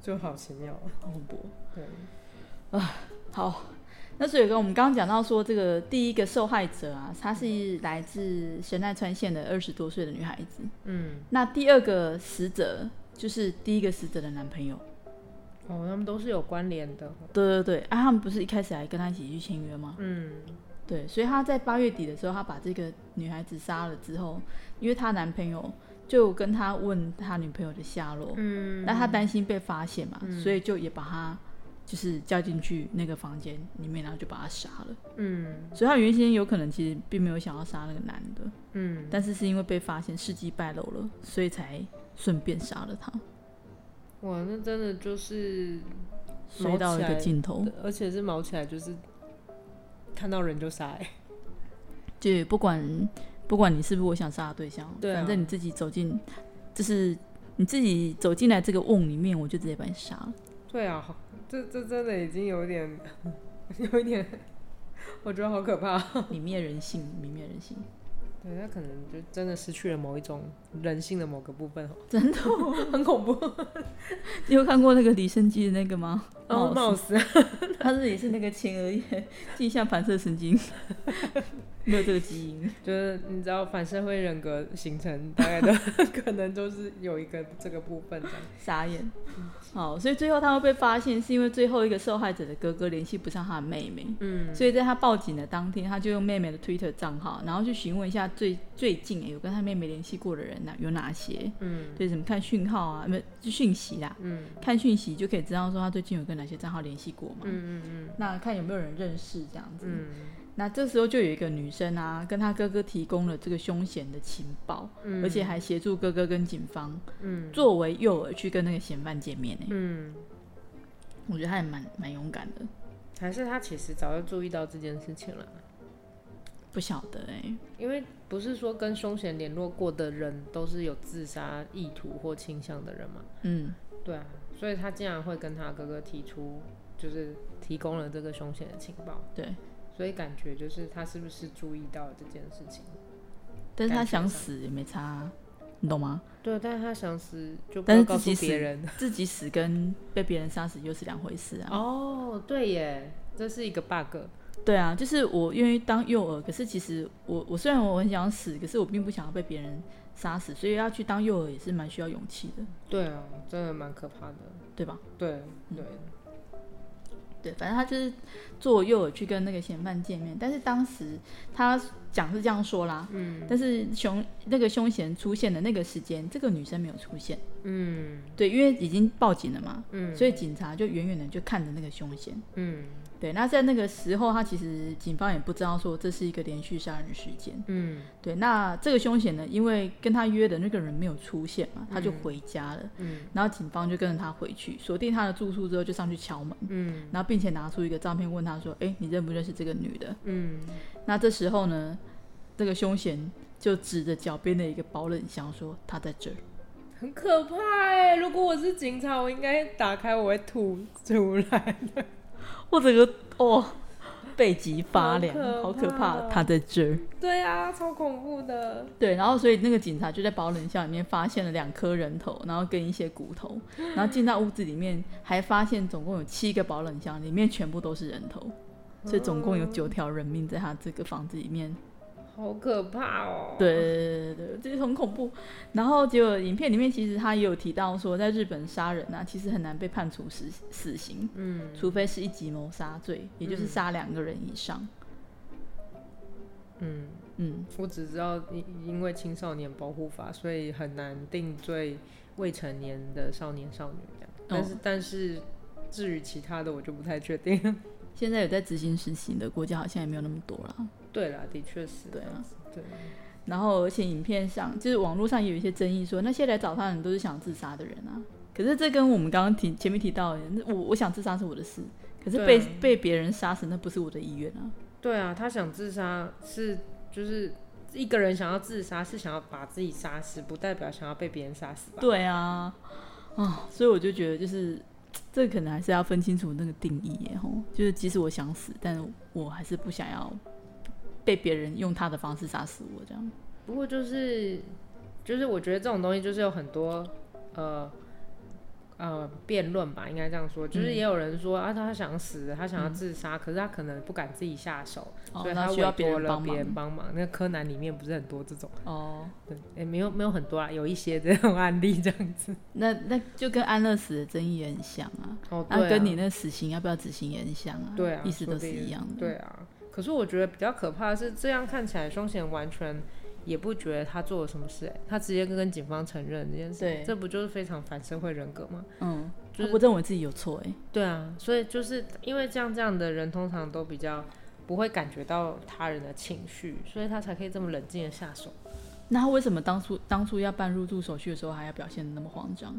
Speaker 1: 就好奇妙。
Speaker 2: 好恐怖。哦啊
Speaker 1: 对，
Speaker 2: 好，那所以跟我们刚刚讲到说，这个第一个受害者啊，她是来自神奈川县的二十多岁的女孩子。
Speaker 1: 嗯，
Speaker 2: 那第二个死者就是第一个死者的男朋友。
Speaker 1: 哦，他们都是有关联的。
Speaker 2: 对对对，啊，他们不是一开始还跟他一起去签约吗？
Speaker 1: 嗯
Speaker 2: 对，所以她在八月底的时候，她把这个女孩子杀了之后，因为她男朋友就跟她问她女朋友的下落，
Speaker 1: 嗯
Speaker 2: 那她担心被发现嘛，
Speaker 1: 嗯
Speaker 2: 所以就也把她就是叫进去那个房间里面，然后就把她杀了。
Speaker 1: 嗯
Speaker 2: 所以她原先有可能其实并没有想要杀那个男的，
Speaker 1: 嗯，
Speaker 2: 但是是因为被发现事迹败露了，所以才顺便杀了他，
Speaker 1: 哇，那真的就是，
Speaker 2: 衰到一个尽头。
Speaker 1: 而且是毛起来就是看到人就杀、欸。
Speaker 2: 就也不管不管你是不是我想杀的对象，
Speaker 1: 对啊
Speaker 2: 反正你自己走进，就是你自己走进来这个瓮里面，我就直接把你杀了。
Speaker 1: 对啊，好这这真的已经有点 <laughs> 有一点，我觉得好可怕。
Speaker 2: 泯灭人性，泯灭人性， <laughs>
Speaker 1: 对他可能就真的失去了某一种人性的某个部分哦，
Speaker 2: 真的、
Speaker 1: <laughs> 很恐怖。
Speaker 2: 你有看过那个李生基的那个吗？
Speaker 1: 哦，
Speaker 2: 帽
Speaker 1: 冒死，
Speaker 2: 子 <laughs> 他是也是那个前额叶镜像反射神经， <laughs> 没有这个基因。
Speaker 1: 就是你知道反社会人格形成，大概都 <laughs> 可能就是有一个这个部分这样。
Speaker 2: 傻眼。
Speaker 1: 嗯
Speaker 2: 好，所以最后他会被发现，是因为最后一个受害者的哥哥联系不上他的妹妹。
Speaker 1: 嗯
Speaker 2: 所以在他报警的当天，他就用妹妹的 Twitter 账号，然后去询问一下最最近有跟他妹妹联系过的人哪有哪些，
Speaker 1: 嗯
Speaker 2: 对，怎么看讯号啊，没就讯息啦，
Speaker 1: 嗯
Speaker 2: 看讯息就可以知道说他最近有跟哪些账号联系过嘛。
Speaker 1: 嗯
Speaker 2: 那看有没有人认识这样子。
Speaker 1: 嗯
Speaker 2: 那这时候就有一个女生啊，跟她哥哥提供了这个凶嫌的情报，
Speaker 1: 嗯
Speaker 2: 而且还协助哥哥跟警方
Speaker 1: 嗯
Speaker 2: 作为诱饵去跟那个嫌犯见面呢、
Speaker 1: 嗯，
Speaker 2: 我觉得他也蛮蛮勇敢的，
Speaker 1: 还是他其实早就注意到这件事情了，
Speaker 2: 不晓得哎、
Speaker 1: 因为不是说跟凶嫌联络过的人都是有自杀意图或倾向的人嘛？
Speaker 2: 嗯，
Speaker 1: 对啊，所以他竟然会跟他哥哥提出，就是提供了这个凶险的情报，
Speaker 2: 对。
Speaker 1: 所以感觉就是他是不是注意到了这件事情？
Speaker 2: 但是他
Speaker 1: 感觉上
Speaker 2: 想死也没差啊，你
Speaker 1: <laughs>
Speaker 2: 懂吗？
Speaker 1: 对，但是他想死就不
Speaker 2: 但
Speaker 1: 要
Speaker 2: 是
Speaker 1: 告
Speaker 2: 自己
Speaker 1: 诉
Speaker 2: 死
Speaker 1: 别人。
Speaker 2: 自己死跟被别人杀死又是两回事啊。
Speaker 1: 哦，对耶，这是一个 bug。
Speaker 2: 对啊，就是我愿意当诱饵，可是其实我我虽然我很想死，可是我并不想要被别人杀死，所以要去当诱饵也是蛮需要勇气的，
Speaker 1: 对啊，真的蛮可怕的。
Speaker 2: 对吧？
Speaker 1: 对对，
Speaker 2: 对，反正他就是做诱饵去跟那个嫌犯见面，但是当时他讲是这样说啦，嗯，但是凶那个凶嫌出现的那个时间，这个女生没有出现，
Speaker 1: 嗯
Speaker 2: 对，因为已经报警了嘛，
Speaker 1: 嗯
Speaker 2: 所以警察就远远的就看着那个凶嫌，
Speaker 1: 嗯
Speaker 2: 对，那在那个时候，他其实警方也不知道说这是一个连续杀人事件，
Speaker 1: 嗯
Speaker 2: 对，那这个凶险呢，因为跟他约的那个人没有出现嘛，他就回家了。
Speaker 1: 嗯
Speaker 2: 然后警方就跟着他回去，锁定他的住宿之后，就上去敲门，
Speaker 1: 嗯
Speaker 2: 然后并且拿出一个照片问他说：“哎，你认不认识这个女的
Speaker 1: 嗯，？”
Speaker 2: 那这时候呢，这个凶险就指着脚边的一个保冷箱说：“她在这儿。
Speaker 1: 很可怕哎、如果我是警察，我应该打开，我会吐出来。”
Speaker 2: <laughs> 我整个哦，背脊发凉，好
Speaker 1: 好
Speaker 2: 可
Speaker 1: 可
Speaker 2: 怕
Speaker 1: 怕！
Speaker 2: 她在这儿。 <laughs>
Speaker 1: 对啊，超恐怖的。
Speaker 2: 对，然后所以那个警察就在保冷箱里面发现了两颗人头，然后跟一些骨头，然后进到屋子里面，还发现总共有七个保冷箱，里面全部都是人头，所以总共有九条人命在他这个房子里面。
Speaker 1: 好可怕哦！
Speaker 2: 对对对对对，这很恐怖。然后结果影片里面其实他也有提到说，在日本杀人啊，其实很难被判处死死刑，
Speaker 1: 嗯，
Speaker 2: 除非是一级谋杀罪，也就是杀两个人以上。
Speaker 1: 嗯，
Speaker 2: 嗯，
Speaker 1: 我只知道因因为青少年保护法，所以很难定罪未成年的少年少女这样。
Speaker 2: 哦
Speaker 1: 但是，但是至于其他的，我就不太确定。 <laughs>
Speaker 2: 现在有在执行死刑的国家好像也没有那么多了。
Speaker 1: 对啦，的确是
Speaker 2: 对啊，
Speaker 1: 对，
Speaker 2: 然后而且影片上就是网络上也有一些争议说，那些来找他的人都是想自杀的人啊。可是这跟我们刚刚提前面提到的，那我我想自杀是我的事，可是被
Speaker 1: 对
Speaker 2: 被别人杀死那不是我的意愿啊。
Speaker 1: 对啊，他想自杀是就是一个人想要自杀是想要把自己杀死，不代表想要被别人杀死吧？
Speaker 2: 对啊，啊、所以我就觉得就是这可能还是要分清楚那个定义耶吼，就是即使我想死，但我还是不想要被别人用他的方式杀死我这样。
Speaker 1: 不过就是就是我觉得这种东西就是有很多呃呃辩论吧，应该这样说，就是
Speaker 2: 嗯
Speaker 1: 也有人说、啊，他想死，他想要自杀，可是他可能不敢自己下手，
Speaker 2: 哦
Speaker 1: 所，以
Speaker 2: 那
Speaker 1: 他
Speaker 2: 需
Speaker 1: 委
Speaker 2: 要别
Speaker 1: 托了
Speaker 2: 人帮
Speaker 1: 别
Speaker 2: 忙
Speaker 1: 人帮忙。那柯南里面不是很多这种，
Speaker 2: 哦。
Speaker 1: 对，也没有没有很多啊，有一些这种案例这样子。
Speaker 2: 那那就跟安乐死的争议也很像啊。
Speaker 1: 哦，
Speaker 2: 那、
Speaker 1: 对、啊，
Speaker 2: 跟你那死刑要不要执行也很像啊，
Speaker 1: 对啊，
Speaker 2: 意思
Speaker 1: 说
Speaker 2: 都
Speaker 1: 不
Speaker 2: 是
Speaker 1: 定
Speaker 2: 一样的。
Speaker 1: 对啊，可是我觉得比较可怕的是，这样看起来凶险完全也不觉得他做了什么事、欸，他直接跟警方承认这件事，
Speaker 2: 对
Speaker 1: 这不就是非常反社会人格吗？
Speaker 2: 嗯，
Speaker 1: 就是
Speaker 2: 他不认为自己有错哎、
Speaker 1: 对啊，所以就是因为这样这样的人，通常都比较不会感觉到他人的情绪，所以他才可以这么冷静的下手。
Speaker 2: 那他为什么当初当初要办入住手续的时候还要表现的那么慌张？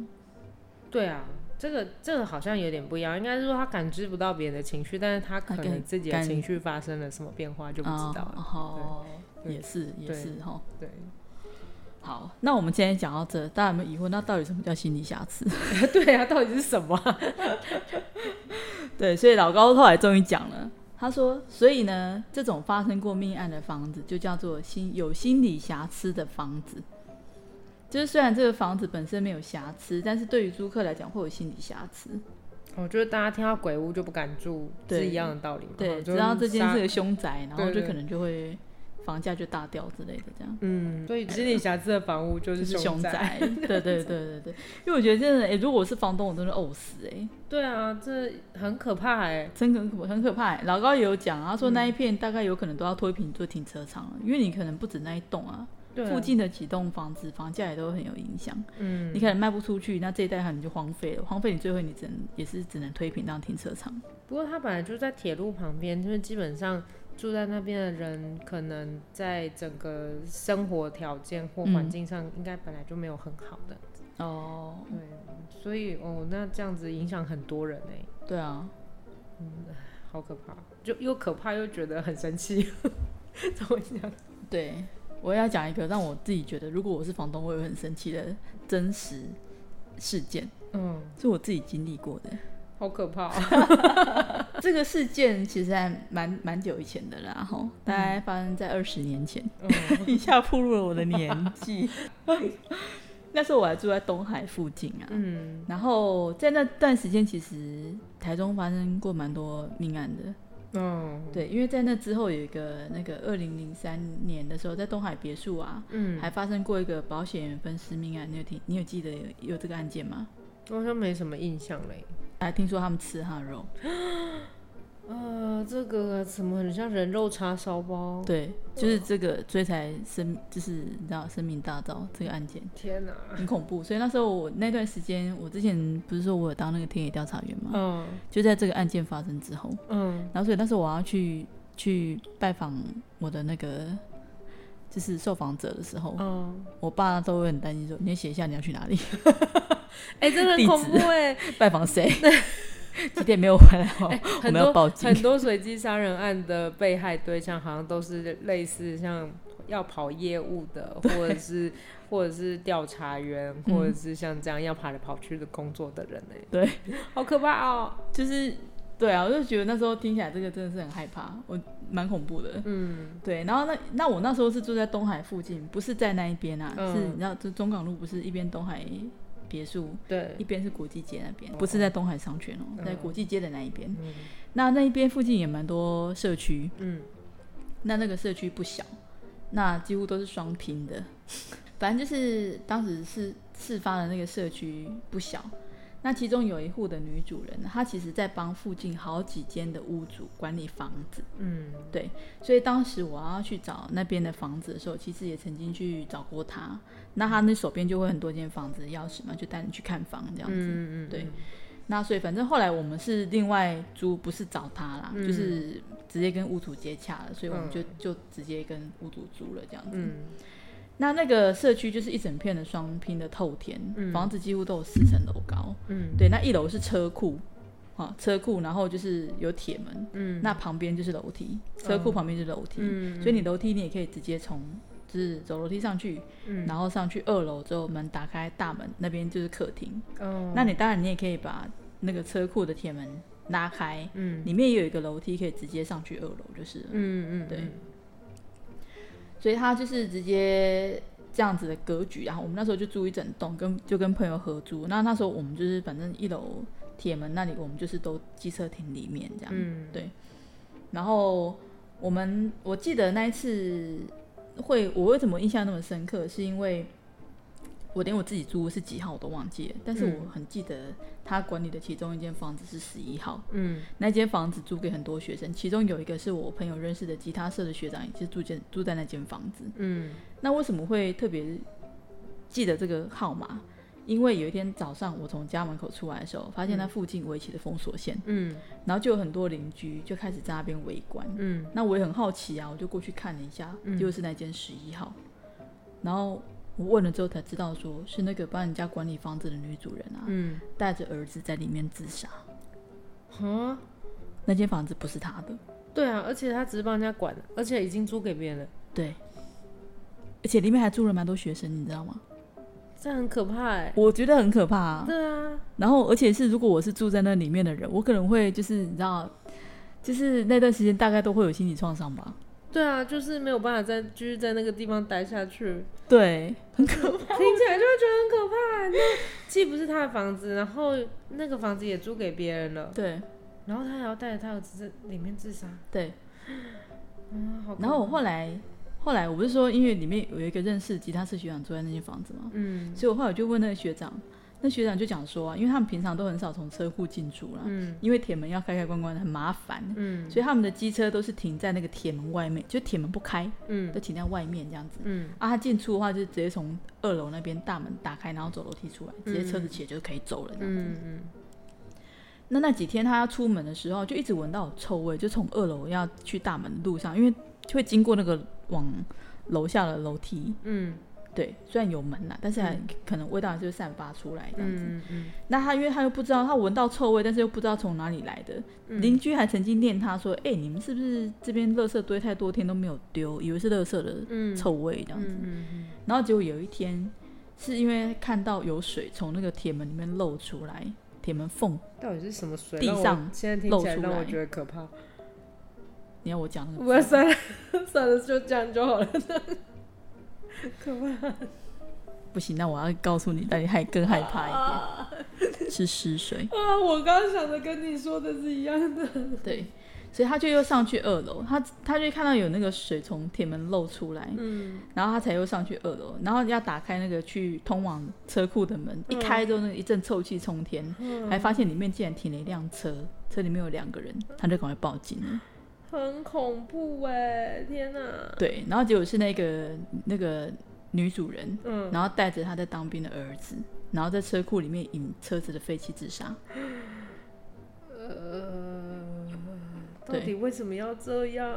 Speaker 1: 对啊，这个这个好像有点不一样，应该是说他感知不到别人的情绪，但是他可
Speaker 2: 他啊感
Speaker 1: 能自己的
Speaker 2: 感
Speaker 1: 情绪发生了什么变化就不知道了。
Speaker 2: 哦，
Speaker 1: 对
Speaker 2: 也是也
Speaker 1: 对
Speaker 2: 是哈。
Speaker 1: 对， <laughs>
Speaker 2: 好，那我们今天讲到这，大家有没有疑惑？那到底什么叫心理瑕疵？ <laughs>
Speaker 1: 对啊，到底是什么啊？
Speaker 2: 对，所以老高后来终于讲了，他说，所以呢，这种发生过命案的房子就叫做心有心理瑕疵的房子。就是虽然这个房子本身没有瑕疵，但是对于租客来讲会有心理瑕疵。
Speaker 1: 嗯我觉得哦大家听到鬼屋就不敢住，
Speaker 2: 对
Speaker 1: 是一样的道理嘛。
Speaker 2: 对，
Speaker 1: 就
Speaker 2: 知道这
Speaker 1: 是
Speaker 2: 间
Speaker 1: 杀
Speaker 2: 是个凶宅，然后
Speaker 1: 对
Speaker 2: 就
Speaker 1: 对
Speaker 2: 可能就会房价就大掉之类的，这样
Speaker 1: 嗯，所以心理瑕疵的房屋就
Speaker 2: 就是是
Speaker 1: 凶
Speaker 2: 凶。宅。对对对对对，因为我觉得真的，哎、如果我是房东，我真的呕死哎、诶
Speaker 1: 对啊，这很可怕哎、
Speaker 2: 真的很可很可怕、诶老高也有讲啊，他说那一片大概有可能都要脱贫做停车场了，因为你可能不止那一栋啊，
Speaker 1: 对啊
Speaker 2: 附近的几栋房子房价也都很有影响。
Speaker 1: 嗯，
Speaker 2: 你可能卖不出去，那这一带可能就荒废了，荒废你最后你只能也是只能推平当停车场。
Speaker 1: 不过它本来就在铁路旁边，就是基本上住在那边的人，可能在整个生活条件或
Speaker 2: 嗯
Speaker 1: 环境上，应该本来就没有很好的。
Speaker 2: 哦，
Speaker 1: 对，所以哦，那这样子影响很多人哎、
Speaker 2: 对啊，
Speaker 1: 好可怕，就又可怕又觉得很生气， <laughs> 怎么讲？
Speaker 2: 对，我要讲一个让我自己觉得，如果我是房东，我也会很生气的真实事件，
Speaker 1: 嗯，
Speaker 2: 是我自己经历过的。
Speaker 1: 好可怕、哦。 <laughs>
Speaker 2: 这个事件其实还蛮蛮久以前的啦，吼，大概发生在二十年前，一下暴露了我的年纪。 <laughs> 那时候我还住在东海附近啊，
Speaker 1: 嗯
Speaker 2: 然后在那段时间，其实台中发生过蛮多命案的。
Speaker 1: 嗯
Speaker 2: 对，因为在那之后有一个那个二零零三年的时候，在东海别墅啊，
Speaker 1: 嗯，
Speaker 2: 还发生过一个保险员分尸命案。你有听？你有记得有有这个案件吗？
Speaker 1: 我好像没什么印象嘞。
Speaker 2: 还听说他们吃他的肉，
Speaker 1: 呃，这个怎么很像人肉叉烧包？
Speaker 2: 对，就是这个，所以才生，就是你知道生命大噪这个案件
Speaker 1: 天哪！
Speaker 2: 很恐怖。所以那时候我那段时间，我之前不是说我有当那个田野调查员嘛，
Speaker 1: 嗯
Speaker 2: 就在这个案件发生之后，
Speaker 1: 嗯
Speaker 2: 然后所以那时候我要去去拜访我的那个就是受访者的时候，
Speaker 1: 嗯，
Speaker 2: 我爸都会很担心说，你先写一下你要去
Speaker 1: <laughs>
Speaker 2: 哪里，
Speaker 1: 哎、真的很
Speaker 2: 地
Speaker 1: 恐
Speaker 2: 址
Speaker 1: 怖哎、
Speaker 2: 拜访
Speaker 1: <laughs>
Speaker 2: 谁，几点没有回来哦，我
Speaker 1: 很
Speaker 2: 们要
Speaker 1: 多
Speaker 2: 报警。
Speaker 1: 很多随机杀人案的被害对象好像都是类似像要跑业务的，或者 <laughs> 是或者是调查员，或者是像这样要跑来跑去的工作的人哎、
Speaker 2: 对，
Speaker 1: 好可怕哦。
Speaker 2: 就是对啊，我就觉得那时候听起来这个真的是很害怕，我蛮恐怖的。
Speaker 1: 嗯
Speaker 2: 对，然后那那我那时候是住在东海附近，不是在那一边啊，
Speaker 1: 嗯
Speaker 2: 是你知道，就中港路不是一边东海别墅，，
Speaker 1: 对
Speaker 2: 一，边是国际街那边，不是在东海商圈哦，在
Speaker 1: 嗯
Speaker 2: 国际街的那一边。
Speaker 1: 嗯
Speaker 2: 那那一边附近也蛮多社区，
Speaker 1: 嗯
Speaker 2: 那那个社区不小，那几乎都是双拼的。 <laughs> 反正就是当时是事发的那个社区不小，那其中有一户的女主人，她其实在帮附近好几间的屋主管理房子，
Speaker 1: 嗯
Speaker 2: 所以当时我要去找那边的房子的时候，其实也曾经去找过她。那她那手边就会很多间房子的钥匙嘛，就带你去看房这样子。
Speaker 1: 嗯嗯，
Speaker 2: 对，那所以反正后来我们是另外租，不是找他啦，
Speaker 1: 嗯
Speaker 2: 就是直接跟屋主接洽了，所以我们就、
Speaker 1: 嗯
Speaker 2: 就直接跟屋主租了这样子。
Speaker 1: 嗯
Speaker 2: 那那个社区就是一整片的双拼的透天，
Speaker 1: 嗯
Speaker 2: 房子几乎都有四层楼高。
Speaker 1: 嗯
Speaker 2: 对，那一楼是车库，啊，车库，然后就是有铁门，
Speaker 1: 嗯，
Speaker 2: 那旁边就是楼梯，车库
Speaker 1: 嗯
Speaker 2: 旁边就是楼梯，
Speaker 1: 嗯，
Speaker 2: 所以你楼梯你也可以直接从。就是走楼梯上去，
Speaker 1: 嗯，
Speaker 2: 然后上去二楼之后，门打开，大门那边就是客厅，
Speaker 1: 哦，
Speaker 2: 那你当然你也可以把那个车库的铁门拉开，
Speaker 1: 嗯
Speaker 2: 里面也有一个楼梯可以直接上去二楼，就是了。
Speaker 1: 嗯嗯，
Speaker 2: 对所以它就是直接这样子的格局。啊然后我们那时候就租一整栋，跟就跟朋友合租。那那时候我们就是反正一楼铁门那里，我们就是都机车停里面这样。
Speaker 1: 嗯
Speaker 2: 对然后我们我记得那一次会，我为什么印象那么深刻，是因为我连我自己租是几号我都忘记了，但是
Speaker 1: 嗯
Speaker 2: 我很记得他管理的其中一间房子是十一号，
Speaker 1: 嗯
Speaker 2: 那间房子租给很多学生，其中有一个是我朋友认识的吉他社的学长，也是住间住在那间房子。
Speaker 1: 嗯
Speaker 2: 那为什么会特别记得这个号码？因为有一天早上我从家门口出来的时候，发现那附近围起了封锁线，
Speaker 1: 嗯
Speaker 2: 然后就有很多邻居就开始在那边围观。
Speaker 1: 嗯
Speaker 2: 那我也很好奇啊，我就过去看了一下，
Speaker 1: 嗯
Speaker 2: 就是那间十一号。然后我问了之后才知道说，是那个帮人家管理房子的女主人啊，
Speaker 1: 嗯，
Speaker 2: 带着儿子在里面自杀。
Speaker 1: 哈，
Speaker 2: 那间房子不是她的，
Speaker 1: 啊对啊，而且他只是帮人家管，而且已经租给别人了，
Speaker 2: 对。而且里面还住了蛮多学生，你知道吗？
Speaker 1: 这很可怕哎。
Speaker 2: 我觉得很可怕、啊。
Speaker 1: 对啊，
Speaker 2: 然后，而且是如果我是住在那里面的人，我可能会就是你知道，就是那段时间大概都会有心理创伤吧。
Speaker 1: 对啊，就是没有办法再继续在那个地方待下去，
Speaker 2: 对，
Speaker 1: 听起来就会觉得很可怕。那既不是他的房子，然后那个房子也租给别人了，
Speaker 2: 对，
Speaker 1: 然后他还要带着他儿子在里面自杀，
Speaker 2: 对。
Speaker 1: 嗯，好可怕。
Speaker 2: 然后我后来，后来我不是说，因为里面有一个认识的吉他社学长住在那间房子嘛，
Speaker 1: 嗯
Speaker 2: 所以我后来就问那个学长，那学长就讲说啊，因为他们平常都很少从车库进出啦，
Speaker 1: 嗯
Speaker 2: 因为铁门要开开关关的很麻烦，
Speaker 1: 嗯
Speaker 2: 所以他们的机车都是停在那个铁门外面，就铁门不开，
Speaker 1: 嗯
Speaker 2: 都停在外面这样子。
Speaker 1: 嗯
Speaker 2: 啊，他进出的话就直接从二楼那边大门打开，然后走楼梯出来，直接车子骑就可以走了这样子。
Speaker 1: 嗯
Speaker 2: 那那几天他要出门的时候，就一直闻到有臭味，就从二楼要去大门的路上，因为会经过那个往楼下的楼梯，
Speaker 1: 嗯
Speaker 2: 对，虽然有门啦，但是还可能味道还是会散发出来这样子。
Speaker 1: 嗯嗯
Speaker 2: 那他因为他又不知道，他闻到臭味，但是又不知道从哪里来的。
Speaker 1: 嗯
Speaker 2: 邻、居还曾经念他说：“哎、你们是不是这边垃圾堆太多天都没有丢，以为是垃圾的
Speaker 1: 嗯
Speaker 2: 臭味这样子？”
Speaker 1: 嗯
Speaker 2: 然后结果有一天，是因为看到有水从那个铁门里面漏出来，铁门缝，
Speaker 1: 嗯，到底是什么水？
Speaker 2: 地
Speaker 1: 让我
Speaker 2: 上
Speaker 1: 现在听
Speaker 2: 露
Speaker 1: 起来
Speaker 2: 出
Speaker 1: 让我
Speaker 2: 来
Speaker 1: 觉得可怕。
Speaker 2: 你要我讲那个
Speaker 1: 不要算了， <laughs> 算了，就这样就好了。可怕。
Speaker 2: 不行，那我要告诉你，但你还更害怕一点，是湿水。
Speaker 1: 啊，我刚刚想的跟你说的是一样的。
Speaker 2: 对，所以他就又上去二楼，他他就看到有那个水从铁门漏出来，
Speaker 1: 嗯，
Speaker 2: 然后他才又上去二楼，然后要打开那个去通往车库的门，一开之后那一阵臭气冲天，还发现里面竟然停了一辆车，车里面有两个人，他就赶快报警了。
Speaker 1: 很恐怖哎、天哪！
Speaker 2: 对，然后结果是那个那个女主人，
Speaker 1: 嗯，
Speaker 2: 然后带着她在当兵的儿子，然后在车库里面引车子的废气自杀。
Speaker 1: 到
Speaker 2: 呃对
Speaker 1: 底为什么要这样？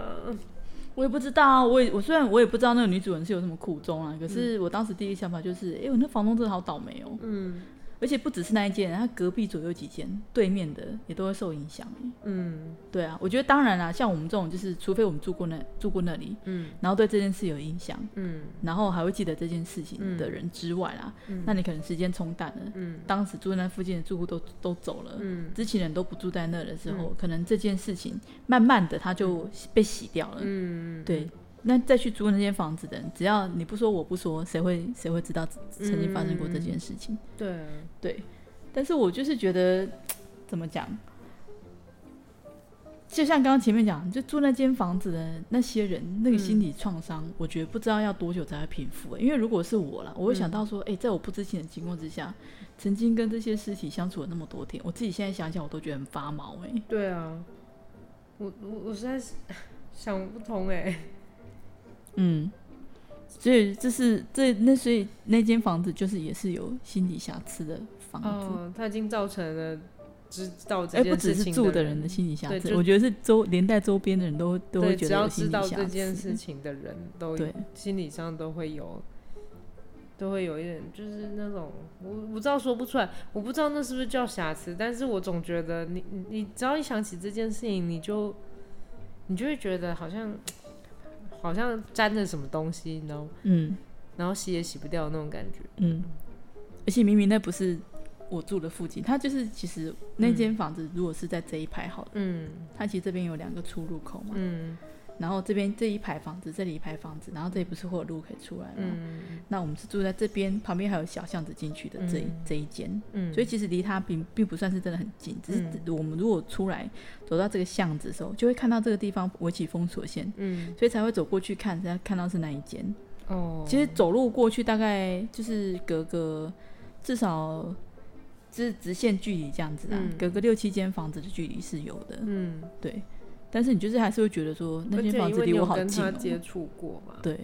Speaker 2: 我也不知道啊，我也我虽然我也不知道那个女主人是有什么苦衷啊，可是我当时第一想法就是，哎、我那房东真的好倒霉哦、
Speaker 1: 嗯
Speaker 2: 而且不只是那一间，他隔壁左右几间对面的也都会受影响、欸。
Speaker 1: 嗯
Speaker 2: 对啊，我觉得当然啦，像我们这种就是，除非我们住过那住过那里，
Speaker 1: 嗯
Speaker 2: 然后对这件事有影响，
Speaker 1: 嗯
Speaker 2: 然后还会记得这件事情的人之外啦，那你可能时间冲淡了，
Speaker 1: 嗯
Speaker 2: 当时住在那附近的住户都都走了，
Speaker 1: 嗯
Speaker 2: 知情人都不住在那的时候，可能这件事情慢慢的它就被洗掉了。
Speaker 1: 嗯，
Speaker 2: 对，那再去租那间房子的人，只要你不说我不说，谁会谁会知道曾经发生
Speaker 1: 嗯
Speaker 2: 过这件事情？
Speaker 1: 对，
Speaker 2: 对，但是我就是觉得怎么讲，就像刚刚前面讲，就住那间房子的那些人，那个心理创伤，我觉得不知道要多久才会平复、欸因为如果是我啦，我会想到说，哎、在我不知情的情况之下，曾经跟这些尸体相处了那么多天，我自己现在想想，我都觉得很发毛哎、欸
Speaker 1: 对啊，我我我实在是想不通哎、
Speaker 2: 嗯。所以这是这那所以那间房子就是也是有心理瑕疵的房子，
Speaker 1: 哦，他已经造成了知道
Speaker 2: 哎、
Speaker 1: 这
Speaker 2: 不
Speaker 1: 件
Speaker 2: 只
Speaker 1: 事
Speaker 2: 是
Speaker 1: 情
Speaker 2: 住的人
Speaker 1: 人
Speaker 2: 的心理瑕
Speaker 1: 对
Speaker 2: 疵，
Speaker 1: 就
Speaker 2: 我觉得是周连带周边的人都都会
Speaker 1: 对，
Speaker 2: 觉
Speaker 1: 只
Speaker 2: 得有
Speaker 1: 要
Speaker 2: 心
Speaker 1: 知
Speaker 2: 理
Speaker 1: 道
Speaker 2: 瑕
Speaker 1: 这件
Speaker 2: 疵
Speaker 1: 事情的人都
Speaker 2: 对
Speaker 1: 心理上都会有，都会有一点，就是那种我我不知道说不出来，我不知道那是不是叫瑕疵，但是我总觉得你你你只要一想起这件事情，你就你就会觉得好像好像沾了什么东西，你知道吗？
Speaker 2: 嗯
Speaker 1: 然后洗也洗不掉的那种感觉。
Speaker 2: 嗯，而且明明那不是我住的附近，它就是其实那间房子如果是在这一排好了，
Speaker 1: 嗯
Speaker 2: 它其实这边有两个出入口嘛，
Speaker 1: 嗯
Speaker 2: 然后这边这一排房子，这里一排房子，然后这里不是会有路可以出来吗？
Speaker 1: 嗯
Speaker 2: 那我们是住在这边，旁边还有小巷子进去的这一、
Speaker 1: 嗯
Speaker 2: 这一间，
Speaker 1: 嗯，
Speaker 2: 所以其实离它并并不算是真的很近，只是我们如果出来走到这个巷子的时候，就会看到这个地方围起封锁线，
Speaker 1: 嗯
Speaker 2: 所以才会走过去看，才看到是哪一间。
Speaker 1: 哦，
Speaker 2: 其实走路过去大概就是隔个至少就是直线距离这样子啊，
Speaker 1: 嗯
Speaker 2: 隔个六七间房子的距离是有的，
Speaker 1: 嗯，
Speaker 2: 对。但是你就是还是会觉得说那
Speaker 1: 而且
Speaker 2: 间房
Speaker 1: 因
Speaker 2: 子
Speaker 1: 为你
Speaker 2: 离我
Speaker 1: 有
Speaker 2: 好
Speaker 1: 跟
Speaker 2: 近、
Speaker 1: 他
Speaker 2: 哦，
Speaker 1: 接触过嘛，
Speaker 2: 对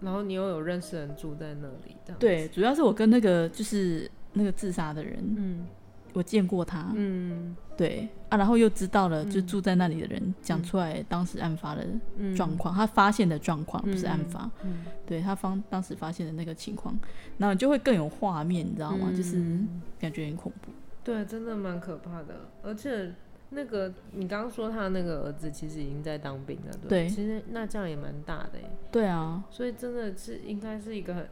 Speaker 1: 然后你又有认识人住在那里，这样
Speaker 2: 对，主要是我跟那个就是那个自杀的人，
Speaker 1: 嗯
Speaker 2: 我见过他，
Speaker 1: 嗯
Speaker 2: 对啊，然后又知道了就
Speaker 1: 嗯
Speaker 2: 住在那里的人讲出来当时案发的
Speaker 1: 嗯
Speaker 2: 状况，他发现的状况不是案发，
Speaker 1: 嗯
Speaker 2: 对他方当时发现的那个情况，然后你就会更有画面，你知道吗？就是
Speaker 1: 嗯
Speaker 2: 感觉很恐怖。
Speaker 1: 对，真的蛮可怕的。而且那个你刚刚说他那个儿子其实已经在当兵了，对不
Speaker 2: 对
Speaker 1: 对，其实那这样也蛮大的耶，
Speaker 2: 对啊，
Speaker 1: 所以真的是应该是一个很，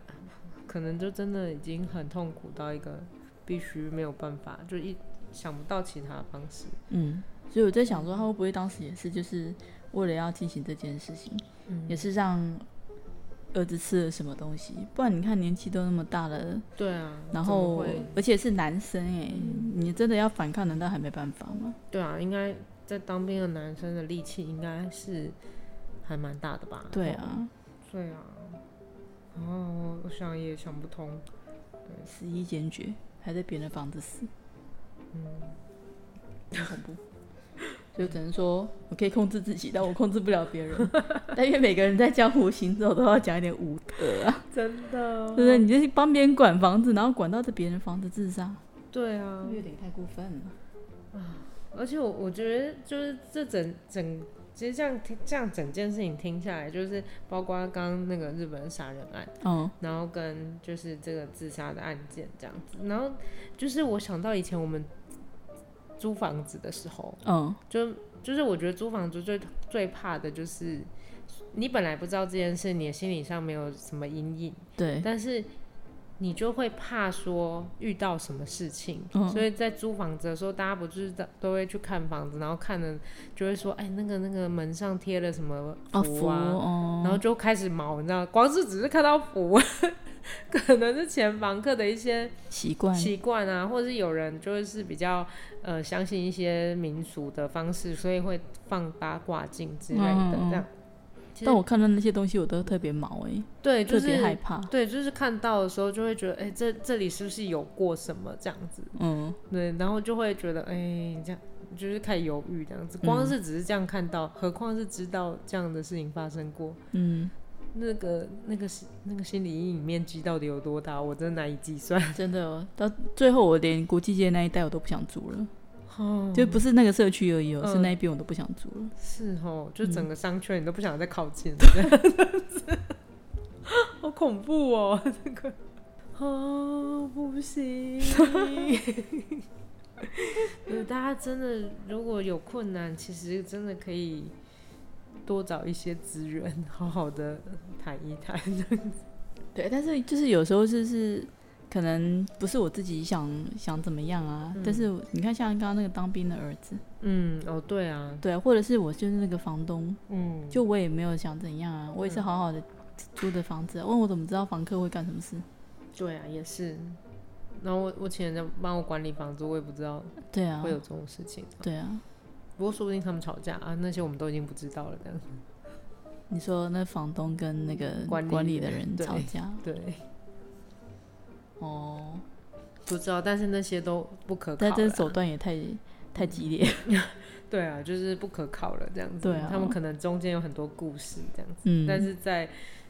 Speaker 1: 可能就真的已经很痛苦到一个必须没有办法，就一想不到其他方式。
Speaker 2: 嗯，所以我在想说，他会不会当时也是就是为了要进行这件事情，
Speaker 1: 嗯
Speaker 2: 也是让儿子吃了什么东西？不然你看年纪都那么大了，
Speaker 1: 对啊，怎
Speaker 2: 然
Speaker 1: 么
Speaker 2: 后
Speaker 1: 会嗯
Speaker 2: 而且是男生哎、你真的要反抗，难道还没办法吗？
Speaker 1: 对啊，应该在当兵的男生的力气应该是还蛮大的吧？
Speaker 2: 对啊，
Speaker 1: 对啊，哦，我想也想不通。
Speaker 2: 死意坚决，还在别人的房子死，嗯，很恐怖。 <laughs> 就只能说我可以控制自己，但我控制不了别人。但因为每个人在江湖行走都要讲一点武德啊，
Speaker 1: 真的
Speaker 2: 对不对？你就是帮别人管房子，然后管到这别人房子自杀，
Speaker 1: 对啊，
Speaker 2: 有点太过分了。
Speaker 1: 而且我我觉得就是这整整，其实这样听这样整件事情听下来，就是包括刚刚那个日本杀人案，
Speaker 2: 嗯
Speaker 1: 然后跟就是这个自杀的案件这样子，然后就是我想到以前我们租房子的时候，
Speaker 2: 嗯
Speaker 1: 就就是我觉得租房族最最怕的就是，你本来不知道这件事，你的心理上没有什么阴影，
Speaker 2: 对，
Speaker 1: 但是你就会怕说遇到什么事情，
Speaker 2: 嗯
Speaker 1: 所以在租房子的时候，大家不就是都都会去看房子，然后看了就会说，哎，那个那个门上贴了什么
Speaker 2: 哦
Speaker 1: 符
Speaker 2: 服
Speaker 1: 啊，
Speaker 2: 哦，
Speaker 1: 然后就开始毛，你知道，光是只是看到符， <laughs> 可能是前房客的一些
Speaker 2: 习惯
Speaker 1: 习惯啊，或者是有人就是比较呃相信一些民俗的方式，所以会放八卦镜之类的
Speaker 2: 嗯嗯嗯
Speaker 1: 这样。其实
Speaker 2: 但我看到那些东西，我都特别毛哎、
Speaker 1: 对就
Speaker 2: 特别害
Speaker 1: 是
Speaker 2: 怕。
Speaker 1: 对，就是看到的时候就会觉得，哎、这这里是不是有过什么这样子？
Speaker 2: 嗯，
Speaker 1: 对，然后就会觉得，哎、这样就是开始犹豫这样子。光是只是这样看到，何况是知道这样的事情发生过，
Speaker 2: 嗯，
Speaker 1: 那个那个心那个心理阴影面积到底有多大，我真的难以计算。
Speaker 2: 真的，哦到最后我连国际街那一带我都不想住了，
Speaker 1: 哦，
Speaker 2: 就不是那个社区而已、哦，是
Speaker 1: 嗯
Speaker 2: 那一边我都不想住了。
Speaker 1: 是哦，就整个商圈你都不想再靠近， <laughs> 好恐怖哦，这个哦不行。 <laughs> 对，大家真的如果有困难，其实真的可以多找一些资源，好好的谈一谈。
Speaker 2: 对，但是就是有时候就是可能不是我自己想想怎么样啊，但是你看像刚刚那个当兵的儿子，
Speaker 1: 嗯，哦对啊，
Speaker 2: 对啊，或者是我就是那个房东，
Speaker 1: 嗯，
Speaker 2: 就我也没有想怎样啊，我也是好好的租的房子啊、问我怎么知道房客会干什么事？
Speaker 1: 对啊，也是。然后我我请人家帮我管理房租，我也不知道
Speaker 2: 对啊
Speaker 1: 会，有这种事情。
Speaker 2: 对啊，
Speaker 1: 不过说不定他们吵架啊，那些我们都已经不知道了。这样
Speaker 2: 你说那房东跟那个
Speaker 1: 管理
Speaker 2: 管理的
Speaker 1: 员
Speaker 2: 人
Speaker 1: 对
Speaker 2: 吵架 <laughs>
Speaker 1: 对，
Speaker 2: 哦，
Speaker 1: 不知道，但是那些 <laughs> 都不可考
Speaker 2: 但
Speaker 1: 啦。
Speaker 2: 这手段也太太激烈了，
Speaker 1: 对啊，就是不可考了这样子。
Speaker 2: 对啊
Speaker 1: 他们可能中间有很多故事这样子，
Speaker 2: 嗯，
Speaker 1: 但是在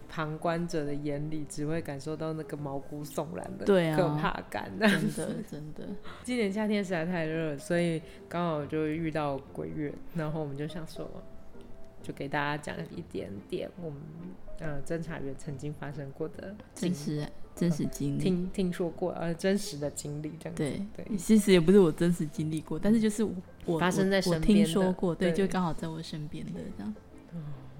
Speaker 1: 旁观者的眼里，只会感受到那个毛骨悚然的
Speaker 2: 对啊
Speaker 1: 可怕感。
Speaker 2: <laughs>
Speaker 1: <laughs>
Speaker 2: 真的真的，
Speaker 1: 今年夏天实在太热了，所以刚好就遇到鬼月，然后我们就想说，就给大家讲一点点我们呃侦查员曾经发生过的经
Speaker 2: 真实真实经
Speaker 1: 嗯
Speaker 2: 历。
Speaker 1: 听听说过呃真实的经历这样子。
Speaker 2: 嗯对
Speaker 1: 对
Speaker 2: 其实也不是我真实经历过，但是就是我我
Speaker 1: 发生在
Speaker 2: 我
Speaker 1: 身
Speaker 2: 我
Speaker 1: 边
Speaker 2: 听
Speaker 1: 的
Speaker 2: 说过，对，
Speaker 1: 对
Speaker 2: 就刚好在我身边的这样，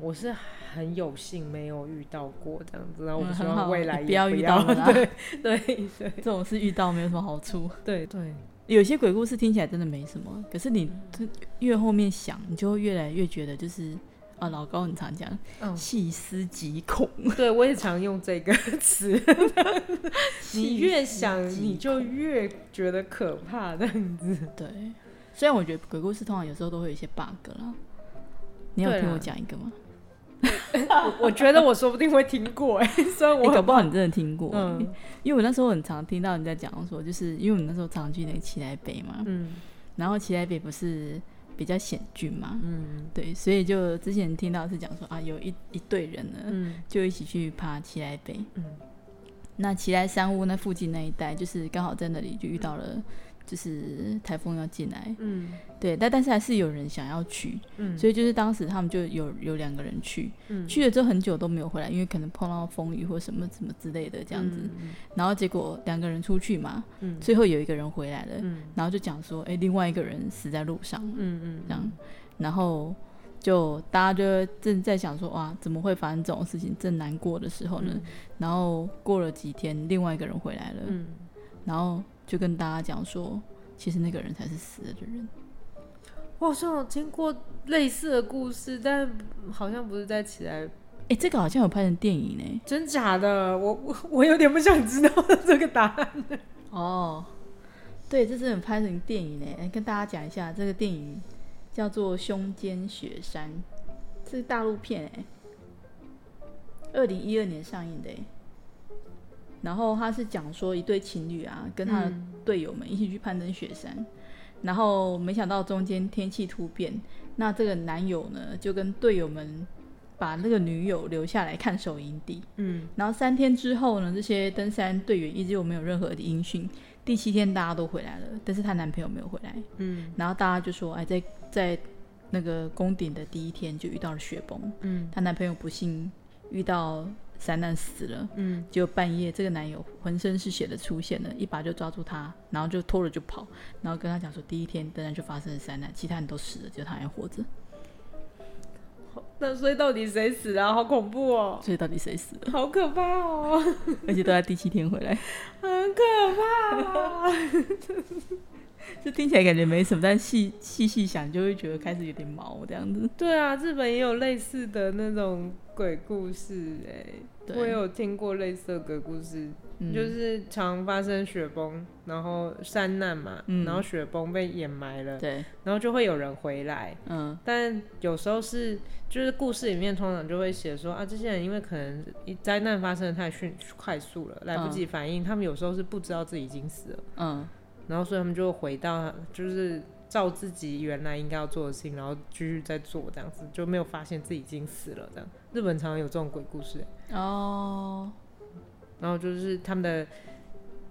Speaker 1: 我是很有幸没有遇到过这样子，然后
Speaker 2: 嗯
Speaker 1: 我希
Speaker 2: 很好
Speaker 1: 望未来
Speaker 2: 你
Speaker 1: 也
Speaker 2: 不
Speaker 1: 不
Speaker 2: 要遇到了啦
Speaker 1: 对 <laughs> 对对
Speaker 2: 这种事遇到没有什么好处。
Speaker 1: 对
Speaker 2: <laughs>
Speaker 1: 对，
Speaker 2: 有些鬼故事听起来真的没什么，可是你
Speaker 1: 嗯
Speaker 2: 越后面想，你就会越来越觉得就是啊，老高很常讲
Speaker 1: 嗯，
Speaker 2: 细思极恐，
Speaker 1: 对我也常用这个词。你越想，
Speaker 2: 极
Speaker 1: 你就越觉得可怕这样子。
Speaker 2: 对。虽然我觉得鬼故事通常有时候都会有一些 bug 啦，你有
Speaker 1: 对
Speaker 2: 听
Speaker 1: 啦
Speaker 2: 我讲一个吗？
Speaker 1: 我我觉得我说不定会听过哎、 <laughs> 虽然
Speaker 2: 我、
Speaker 1: 我
Speaker 2: 搞不好你真的听过、
Speaker 1: <laughs> 嗯
Speaker 2: 因为我那时候很常听到人家讲说，就是因为我们那时候常去那个奇来北嘛，
Speaker 1: 嗯
Speaker 2: 然后奇来北不是比较险峻嘛，
Speaker 1: 嗯
Speaker 2: 对，所以就之前听到是讲说啊，有一一队人呢，
Speaker 1: 嗯
Speaker 2: 就一起去爬奇来北。
Speaker 1: 嗯
Speaker 2: 那奇来山屋那附近那一带，就是刚好在那里就遇到了，就是台风要进来，
Speaker 1: 嗯
Speaker 2: 对，但但是还是有人想要去，
Speaker 1: 嗯，
Speaker 2: 所以就是当时他们就有有两个人去，
Speaker 1: 嗯
Speaker 2: 去了之后很久都没有回来，因为可能碰到风雨或什么什么之类的这
Speaker 1: 这
Speaker 2: 样子，然后结果两个人出去嘛，
Speaker 1: 嗯
Speaker 2: 最后有一个人回来了，
Speaker 1: 嗯
Speaker 2: 然后就讲说，哎、另外一个人死在路上了，
Speaker 1: 嗯嗯
Speaker 2: 这样，然后就大家就正在想说，哇，怎么会发生这种事情？正难过的时候呢，然后过了几天，另外一个人回来了，
Speaker 1: 嗯，
Speaker 2: 然后就跟大家讲说，其实那个人才是死了的人。
Speaker 1: 我好像有听过类似的故事，但好像不是在起来，
Speaker 2: 哎，这个好像有拍成电影呢。
Speaker 1: 真假的，我 <laughs> 我我有点不想知道这个答案。
Speaker 2: 哦，对，这是有拍成电影呢。诶跟大家讲一下，这个电影叫做《胸间雪山》，这是大陆片哎，二零一二年上映的哎。然后他是讲说一对情侣啊，跟他的队友们一起去攀登雪山，然后没想到中间天气突变，那这个男友呢就跟队友们把那个女友留下来看守营地，
Speaker 1: 嗯
Speaker 2: 然后三天之后呢，这些登山队员依旧没有任何的音讯。第七天大家都回来了，但是她男朋友没有回来。
Speaker 1: 嗯
Speaker 2: 然后大家就说：“哎，在在那个宫顶的第一天就遇到了雪崩，
Speaker 1: 嗯
Speaker 2: 她男朋友不幸遇到山难死了。”
Speaker 1: 嗯
Speaker 2: 结果半夜，这个男友浑身是血的出现了，一把就抓住她，然后就拖着就跑，然后跟她讲说：“第一天登山就发生了山难，其他人都死了，就她还活着。
Speaker 1: 那所以到底谁死了、好恐怖哦，
Speaker 2: 所以到底谁死了？
Speaker 1: 好可怕哦， <laughs>
Speaker 2: 而且都在第七天回来。”
Speaker 1: 很可怕、哦
Speaker 2: 就听起来感觉没什么，但细细细想就会觉得开始有点毛这样子。
Speaker 1: 对啊，日本也有类似的那种鬼故事哎、我也
Speaker 2: 对，
Speaker 1: 有听过类似的鬼故事，
Speaker 2: 嗯
Speaker 1: 就是常发生雪崩，然后山难嘛，
Speaker 2: 嗯
Speaker 1: 然后雪崩被掩埋了，
Speaker 2: 对，
Speaker 1: 然后就会有人回来。
Speaker 2: 嗯
Speaker 1: 但有时候是，就是故事里面通常就会写说啊，这些人因为可能一灾难发生的太迅快速了，来不及反应，他们有时候是不知道自己已经死了，
Speaker 2: 嗯，
Speaker 1: 然后所以他们就回到就是照自己原来应该要做的事情，然后继续在做这样子，就没有发现自己已经死了这样。日本常常有这种鬼故事、
Speaker 2: 哦，
Speaker 1: 然后就是他们的，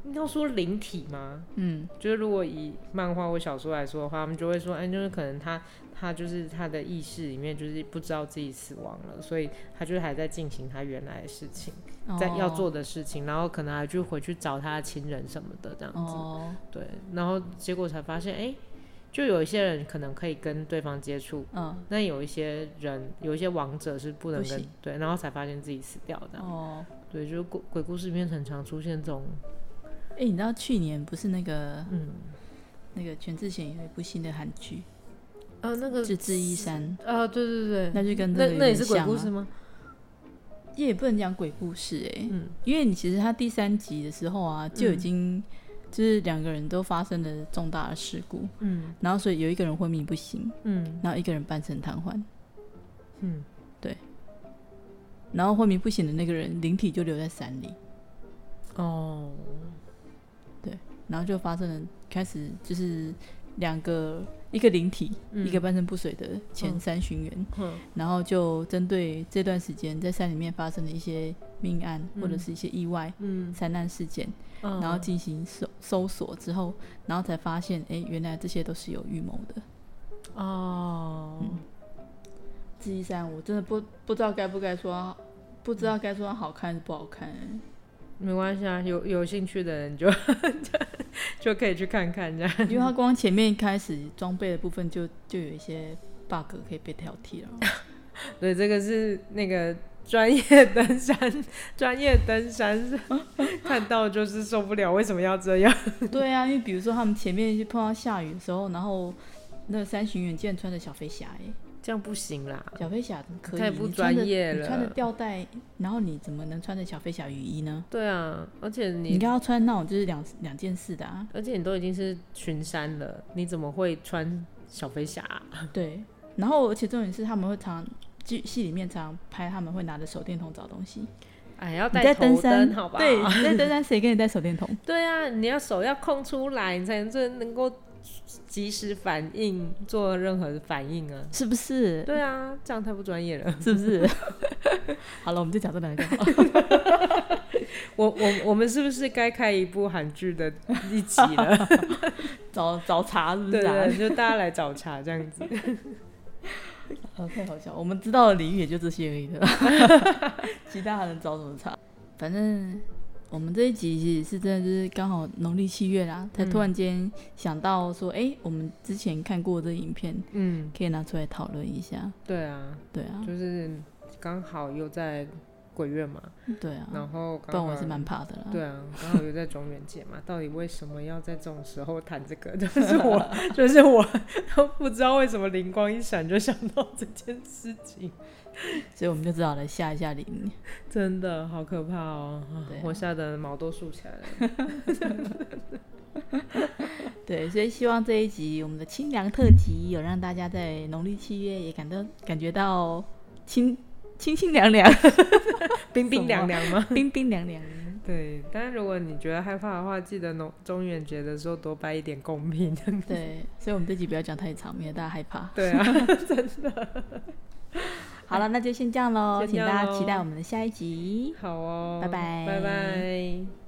Speaker 1: 应该说灵体吗？
Speaker 2: 嗯
Speaker 1: 就是如果以漫画或小说来说的话，他们就会说，哎，就是可能他他就是他的意识里面就是不知道自己死亡了，所以他就是还在进行他原来的事情，在
Speaker 2: 哦
Speaker 1: 要做的事情，然后可能还去回去找他的亲人什么的这样子，
Speaker 2: 哦，
Speaker 1: 对，然后结果才发现，哎，就有一些人可能可以跟对方接触。
Speaker 2: 嗯
Speaker 1: 那有一些人，有一些王者是不能
Speaker 2: 不
Speaker 1: 跟
Speaker 2: 行
Speaker 1: 对，然后才发现自己死掉这样。
Speaker 2: 哦，
Speaker 1: 对，就是鬼鬼故事里面很常出现这种
Speaker 2: 哎、你知道去年不是那个
Speaker 1: 嗯，
Speaker 2: 那个全智贤有一部新的韩剧
Speaker 1: 啊，那
Speaker 2: 《
Speaker 1: 个
Speaker 2: 志志一山
Speaker 1: 啊，对对》，对，
Speaker 2: 那就跟这
Speaker 1: 那
Speaker 2: 个有
Speaker 1: 那也
Speaker 2: 点
Speaker 1: 是鬼
Speaker 2: 像
Speaker 1: 故
Speaker 2: 啊
Speaker 1: 事吗？
Speaker 2: 也不能讲鬼故事哎、
Speaker 1: 嗯
Speaker 2: 因为你其实他第三集的时候啊，就已
Speaker 1: 嗯
Speaker 2: 经、就是两个人都发生了重大的事故，
Speaker 1: 嗯
Speaker 2: 然后所以有一个人昏迷不醒，
Speaker 1: 嗯
Speaker 2: 然后一个人半身瘫痪，
Speaker 1: 嗯，
Speaker 2: 然后昏迷不醒的那个人灵体就留在山里，
Speaker 1: 哦，
Speaker 2: 然后就发生了开始就是两个一个灵体、
Speaker 1: 嗯
Speaker 2: 一个半身不遂的前
Speaker 1: 嗯
Speaker 2: 三巡员，
Speaker 1: 哼
Speaker 2: 然后就针对这段时间在山里面发生的一些命案、或者
Speaker 1: 嗯
Speaker 2: 是一些意外。
Speaker 1: 嗯，
Speaker 2: 灾难事件，
Speaker 1: 嗯
Speaker 2: 然后进行搜搜索之后，然后才发现，哎、原来这些都是有预谋的。
Speaker 1: 哦，
Speaker 2: 智一山，我真的不不知道该不该说，不知道该说它好看还是不好看、
Speaker 1: 没关系啊，有有兴趣的人就 <laughs> 就就可以去看看这样。
Speaker 2: 因为它光前面开始装备的部分就就有一些 bug 可以被挑剔了。 <laughs>
Speaker 1: 对，这个是那个专业登山，专业登
Speaker 2: <laughs>
Speaker 1: 山是看到就是受不了，为什么要这样？ <laughs>
Speaker 2: 对啊，因为比如说他们前面就碰到下雨的时候，然后那个三巡远竟然穿着小飞侠、哎。
Speaker 1: 这样不行啦，
Speaker 2: 小飞侠怎么可以？
Speaker 1: 太不
Speaker 2: 你穿着
Speaker 1: 专业
Speaker 2: 你穿着
Speaker 1: 了
Speaker 2: 吊带，然后你怎么能穿着小飞侠雨衣呢？
Speaker 1: 对啊，而且
Speaker 2: 你应该要穿那种就是两两件事的啊。
Speaker 1: 而且你都已经是巡山了，你怎么会穿小飞侠啊、
Speaker 2: 对，然后而且重点是他们会常剧戏里面常拍，他们会拿着手电筒找东西。
Speaker 1: 哎，要
Speaker 2: 你
Speaker 1: 带
Speaker 2: 在
Speaker 1: 头
Speaker 2: 登山，
Speaker 1: 灯好吧？
Speaker 2: 对，你在登山谁给你带手电筒？
Speaker 1: 对啊，你要手要空出来，你才能真能够及时反应，做任何的反应啊。
Speaker 2: 是不是？
Speaker 1: 对啊，这样太不专业了。
Speaker 2: 是不是？ <laughs> 好了，我们就讲这两个好 <laughs> 了。
Speaker 1: 我我我们是不是该开一部韩剧的一集
Speaker 2: <laughs>
Speaker 1: 了？
Speaker 2: 找找茬是不
Speaker 1: 对
Speaker 2: 是、啊？
Speaker 1: 对，就大家来找茬这样
Speaker 2: <laughs>
Speaker 1: 子，
Speaker 2: 哦，太好笑了！我们知道的领域也就这些 <laughs> 而已了，其他还能找什么茬？反正我们这一集其实是真的就是刚好农历七月啦，才突然间想到说，哎、我们之前看过的影片
Speaker 1: 嗯，
Speaker 2: 可以拿出来讨论一下。
Speaker 1: 对啊，
Speaker 2: 对啊，
Speaker 1: 就是刚好又在鬼月嘛，
Speaker 2: 对啊。
Speaker 1: 然后刚
Speaker 2: 不然我
Speaker 1: 好
Speaker 2: 是蛮怕的啦。
Speaker 1: 对啊，刚好又在中元节
Speaker 2: <laughs>
Speaker 1: 嘛，到底为什么要在这种时候谈这个？ <laughs> 就是我，就是我， <laughs> 都不知道为什么灵光一闪就想到这件事情，
Speaker 2: 所以我们就只好来吓一吓林。
Speaker 1: 真的好可怕哦！啊
Speaker 2: 对啊
Speaker 1: 我吓得毛都竖起来 <laughs> 了。
Speaker 2: 对，所以希望这一集我们的清凉特辑有让大家在农历七月也感到感觉到清清清凉 <laughs> 凉、
Speaker 1: 冰冰凉凉吗？
Speaker 2: 冰冰凉凉。
Speaker 1: <laughs> 对，但如果你觉得害怕的话，记得农中元节的时候多掰一点贡品。 <laughs>
Speaker 2: 对，所以我们这集不要讲太长，免得大家害怕。
Speaker 1: 对 <laughs> 啊，
Speaker 2: 好了，那就先这样喽，
Speaker 1: 先这
Speaker 2: 请
Speaker 1: 样
Speaker 2: 大家期
Speaker 1: 咯
Speaker 2: 待我们的下一集。
Speaker 1: 好哦，
Speaker 2: 拜拜
Speaker 1: 拜拜。